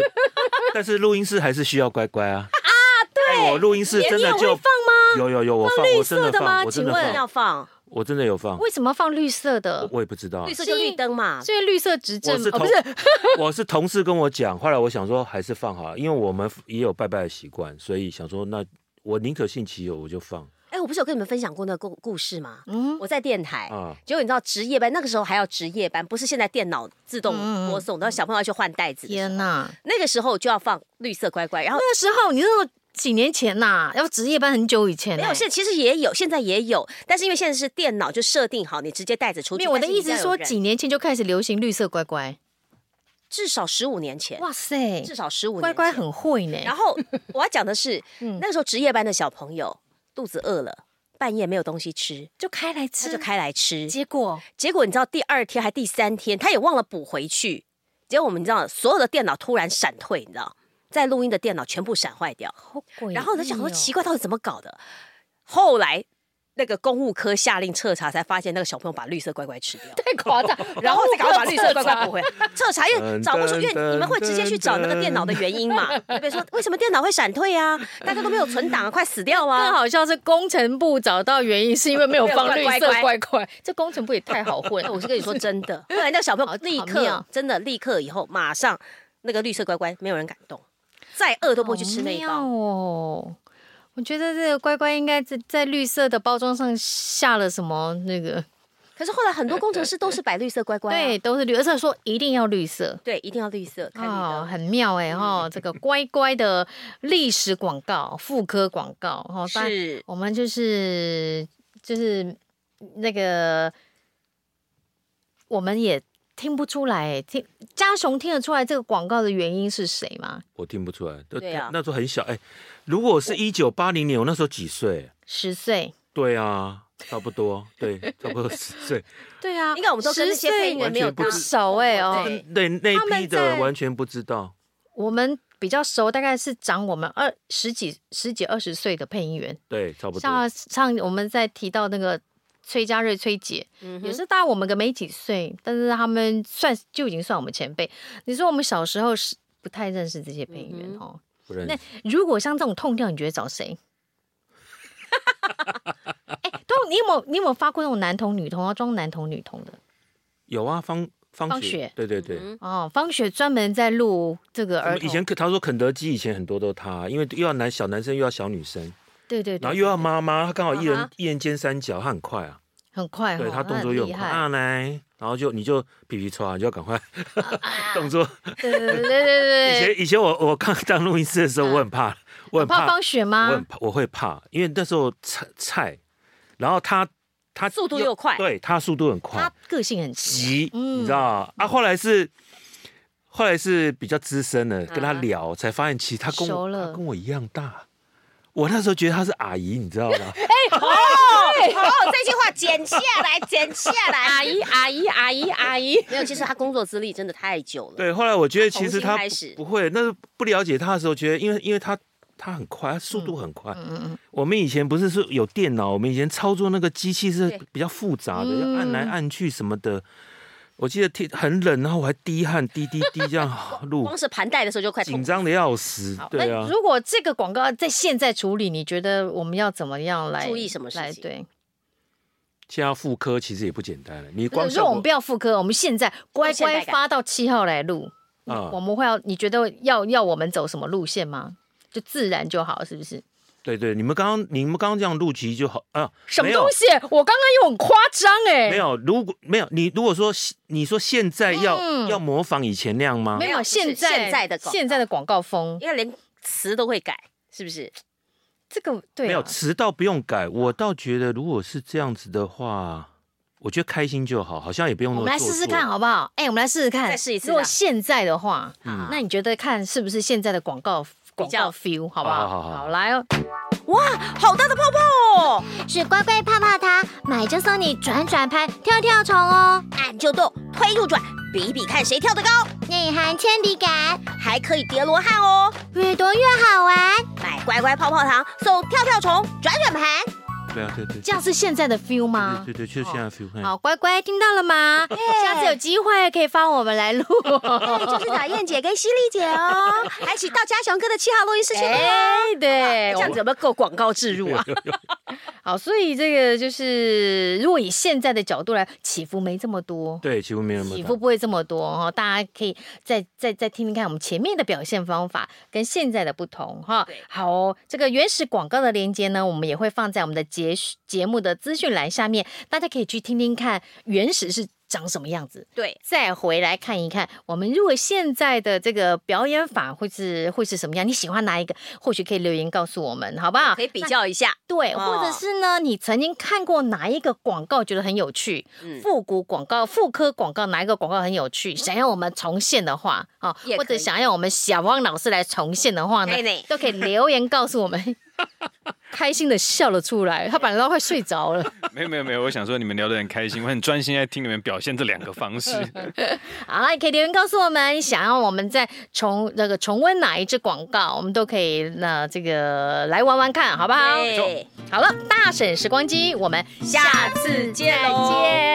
S3: 但是录音室还是需要乖乖啊啊，对，我录音室真
S2: 你
S3: 的
S2: 也会
S3: 就
S2: 放吗？
S3: 有有有，我放
S2: 绿
S3: 我真
S2: 色
S3: 的
S2: 的吗
S3: 放，我真
S2: 请
S3: 的
S2: 问
S3: 放，
S1: 要放
S3: 我真的有放，
S2: 为什么放绿色的？
S3: 我也不知道
S1: 绿，色就绿灯嘛，
S2: 所以绿色执政
S3: 我是
S2: 哦
S3: 同
S2: 不是
S3: 我是同事跟我讲，后来我想说还是放好了，因为我们也有拜拜的习惯，所以想说那我宁可信其有，我就放
S1: 哎，我不是有跟你们分享过那个故故事吗？
S2: 嗯
S1: 我在电台，
S3: 啊，
S1: 结果你知道值夜班，那个时候还要值夜班，不是现在电脑自动
S2: 嗯嗯
S1: 播送，然后小朋友要去换袋子的时候，
S2: 天哪！
S1: 那个时候就要放绿色乖乖，然后。
S2: 那时候你那种几年前呐、要值夜班很久以前、欸，
S1: 没有，现在其实也有，现在也有，但是因为现在是电脑就设定好，你直接带着出去。
S2: 没有我的
S1: 但是你
S2: 意思
S1: 要
S2: 是
S1: 有
S2: 说
S1: 人
S2: 几年前就开始流行绿色乖乖，
S1: 至少十五年前，
S2: 哇塞，
S1: 至少十五
S2: 乖乖很会呢、嗯
S1: 然后我要讲的是，那个时候值夜班的小朋友，肚子饿了，半夜没有东西吃，
S2: 就开来
S1: 他
S2: 吃，
S1: 就开来吃。
S2: 结果
S1: 结果你知道第二天还第三天，他也忘了补回去。结果我们你知道，所有的电脑突然闪退，你知道，在录音的电脑全部闪坏掉。
S2: 好诡异哦、
S1: 然后呢，想说奇怪，到底怎么搞的？后来那个公务科下令彻查，才发现那个小朋友把绿色乖乖吃掉。
S2: 太夸张，
S1: 然后再赶快把绿色乖乖补
S2: 回。
S1: 回来，彻查，因为找不出，因为你们会直接去找那个电脑的原因嘛。比如说，为什么电脑会闪退啊？大家都没有存档啊，快死掉
S2: 更
S1: 啊！
S2: 好笑是工程部找到原因是因为没有放绿
S1: 没有乖
S2: 色
S1: 乖
S2: 乖乖，这工程部也太好混。
S1: 我是跟你说真 的，后来那个小朋友
S2: 好
S1: 立
S2: 好妙
S1: 刻真的立刻以后马上那个绿色乖乖，没有人敢动，再饿都不会去吃那一
S2: 好妙
S1: 包。
S2: 哦。我觉得这个乖乖应该在在绿色的包装上下了什么那个，
S1: 可是后来很多工程师都是摆绿色乖乖啊，
S2: 对，都是绿，而且说一定要绿色。
S1: 对，一定要绿色，看你
S2: 哦，
S1: 的。嗯
S2: 很妙哎哈、这个乖乖的历史广告、妇科广告哈、哦，当然
S1: 是
S2: 我们就是就是那个，我们也听不出来，听家雄听得出来这个广告的原因是谁吗？
S3: 我听不出来。
S1: 对啊
S3: 那时候很小，哎、如果是一九八零年，我那时候几岁？
S2: 十岁，
S3: 对啊，差不多，对，差不多十 岁。
S2: 对啊
S1: 应该我们都跟那些配音员没有
S3: 完全不啊
S1: 搭
S2: 不熟哎、哦，
S1: 对
S3: 对，那
S2: 他
S3: 一
S2: 们
S3: 批的
S2: 在
S3: 完全不知道。
S2: 我们比较熟，大概是长我们二十几、十几、二十岁的配音员，
S3: 对，差不多
S2: 像。上我们在提到那个崔家瑞崔姐，
S1: 嗯
S2: 也
S1: 哼
S2: 是大我们个没几岁，但是他们算就已经算我们前辈。你说我们小时候是不太认识这些配音员
S1: 嗯
S2: 哦。
S3: 不认
S2: 那
S3: 识。
S2: 如果像这种痛调，你觉得找谁？ 哎、通你有没有你有没有发过那种男童女童，要装男童女童的？
S3: 有啊，方
S2: 方
S3: 方
S2: 雪
S3: 雪，对对对。
S1: 嗯
S2: 哦，方雪专门在录这个
S3: 我
S2: 儿
S3: 们
S2: 童，
S3: 以前肯他说肯德基以前很多都他，因为又要男小男生又要小女生，
S2: 对对嗯对，
S3: 然后又要妈妈，他刚好一人、
S1: 啊哈
S3: 一人兼三角，他很快啊，
S2: 很快、哦，
S3: 对他
S2: 那
S3: 动
S2: 很
S3: 作又
S2: 厉
S3: 很快
S2: 害
S3: 啊来，然后就你就皮皮抽啊，你就要赶快 动作。
S2: 对对对对啊对对，
S3: 以前以前我我刚 当录音师的时候，我很怕，我很
S2: 怕
S3: 怕，
S2: 方雪啊
S3: 我
S2: 吗
S3: 很？怕，我会怕，因为那时候菜菜，然后他他
S1: 速度又快
S3: 对他速度很快
S2: 她，个性很急，
S3: 急，
S2: 嗯
S3: 你知道吗啊？后来是后来是比较资深的，跟他聊、才发现，其实他跟
S2: 熟
S3: 我
S2: 了
S3: 他跟我一样大。我那时候觉得她是阿姨，你知道 吗？
S1: 哦，这句话剪下来，剪下来。
S2: 阿姨阿姨阿姨阿姨，
S1: 没有，其实他工作资历真的太久了。
S3: 对，后来我觉得其
S1: 从新
S3: 实她
S1: 开
S3: 不
S1: 始
S3: 不会，那时候不了解她的时候，觉得因为因为她她很快，她速度很快。
S2: 嗯嗯，
S3: 我们以前不是是有电脑，我们以前操作那个机器是
S1: 对
S3: 比较复杂的，
S2: 嗯
S3: 要按来按去什么的。我记得天很冷，然后我还滴汗，滴滴滴这样 录
S1: 光，是盘带的时候就快痛
S3: 紧张的要死
S2: 好。，
S3: 对啊
S2: 那，如果这个广告在现在处理，你觉得我们要怎么样来
S1: 注意什么事情
S2: 来对，
S3: 现在妇科其实也不简单了，你光
S2: 如果我
S3: 效
S2: 们
S3: 果
S2: 不要复刻，我们现在乖
S1: 现
S2: 乖
S1: 代感
S2: 发到七号来录，
S3: 啊
S2: 我们会要你觉得要要我们走什么路线吗？就自然就好，是不是？
S3: 对对，你们刚刚你们刚刚这样录其实就好啊，
S2: 什么
S3: 没有
S2: 东西？我刚刚又很夸张哎，
S3: 没有，如果没有你，如果说你说现在要、
S2: 嗯
S3: 要模仿以前那样吗
S2: 没？
S1: 没
S2: 有，
S1: 有
S2: 现
S1: 是
S2: 在
S1: 现在的广告
S2: 现在的广告风，
S1: 因为连词都会改，是不是？
S2: 这个对啊
S3: 没有，迟到不用改。我倒觉得，如果是这样子的话，我觉得开心就好，好像也不用
S2: 我
S3: 那
S2: 们
S3: 么
S2: 来
S3: 做
S2: 试试
S3: 作
S2: 看好不好？哎、我们来试试看，
S1: 再试一次啊
S2: 如果现在的话，
S1: 嗯
S2: 那你觉得看是不是现在的广告广告
S1: 较
S2: feel 好不好？
S3: 好好好
S2: 来哦，
S1: 哇，好大的泡泡哦！
S6: 是乖乖泡泡糖，买就送你转转盘、跳跳虫哦，
S1: 按就动，推就转，比比看谁跳得高，
S6: 内含铅笔杆，
S1: 还可以叠罗汉哦。
S6: 越多越 好玩。
S1: 买乖乖泡泡糖送跳跳虫，转转盘。
S3: 对啊，对对
S2: 这样是现在的 feel 吗
S3: 对？对对，就是现在 feel 看。
S2: 好，乖乖，听到了 吗？下次有机会可以帮我们来录。
S1: 就是讨厌姐跟犀利姐哦，还请到嘉雄哥的七号录音室去录哦。
S2: 哎，对，
S1: 哎这样子有没有够广告植 入啊？
S2: 好，所以这个就是，如果以现在的角度来，起伏没这么多，
S3: 对，几乎没有那么
S2: 起
S3: 大
S2: 伏不会这么多哈、哦，大家可以再再再听听看我们前面的表现方法跟现在的不同哈、
S1: 对
S2: 好哦、这个原始广告的链接呢，我们也会放在我们的节节目的资讯栏下面，大家可以去听听看原始是长什么样子。
S1: 对，
S2: 再回来看一看，我们如果现在的这个表演法会是会是什么样？你喜欢哪一个？或许可以留言告诉我们，好不好？
S1: 可以比较一下。
S2: 对，
S1: 哦
S2: 或者是呢，你曾经看过哪一个广告觉得很有趣？
S1: 嗯
S2: 复古广告、妇科广告，哪一个广告很有趣？想要我们重现的话啊，哦
S1: 也
S2: 或者
S1: 可以
S2: 想要我们小汪老师来重现的话呢
S1: 可以呢，
S2: 都可以留言告诉我们。开心的笑了出来，他本来都快睡着了
S4: 没有没有没有，我想说你们聊得很开心，我很专心在听你们表现这两个方式。
S2: 好啦，也可以留言告诉我们，想要我们再重那个重温哪一支广告，我们都可以那、这个来玩玩看，好不好？
S1: 对
S2: 好了，大婶时光机，我们
S1: 下次见
S2: 再
S1: 喽
S2: 见。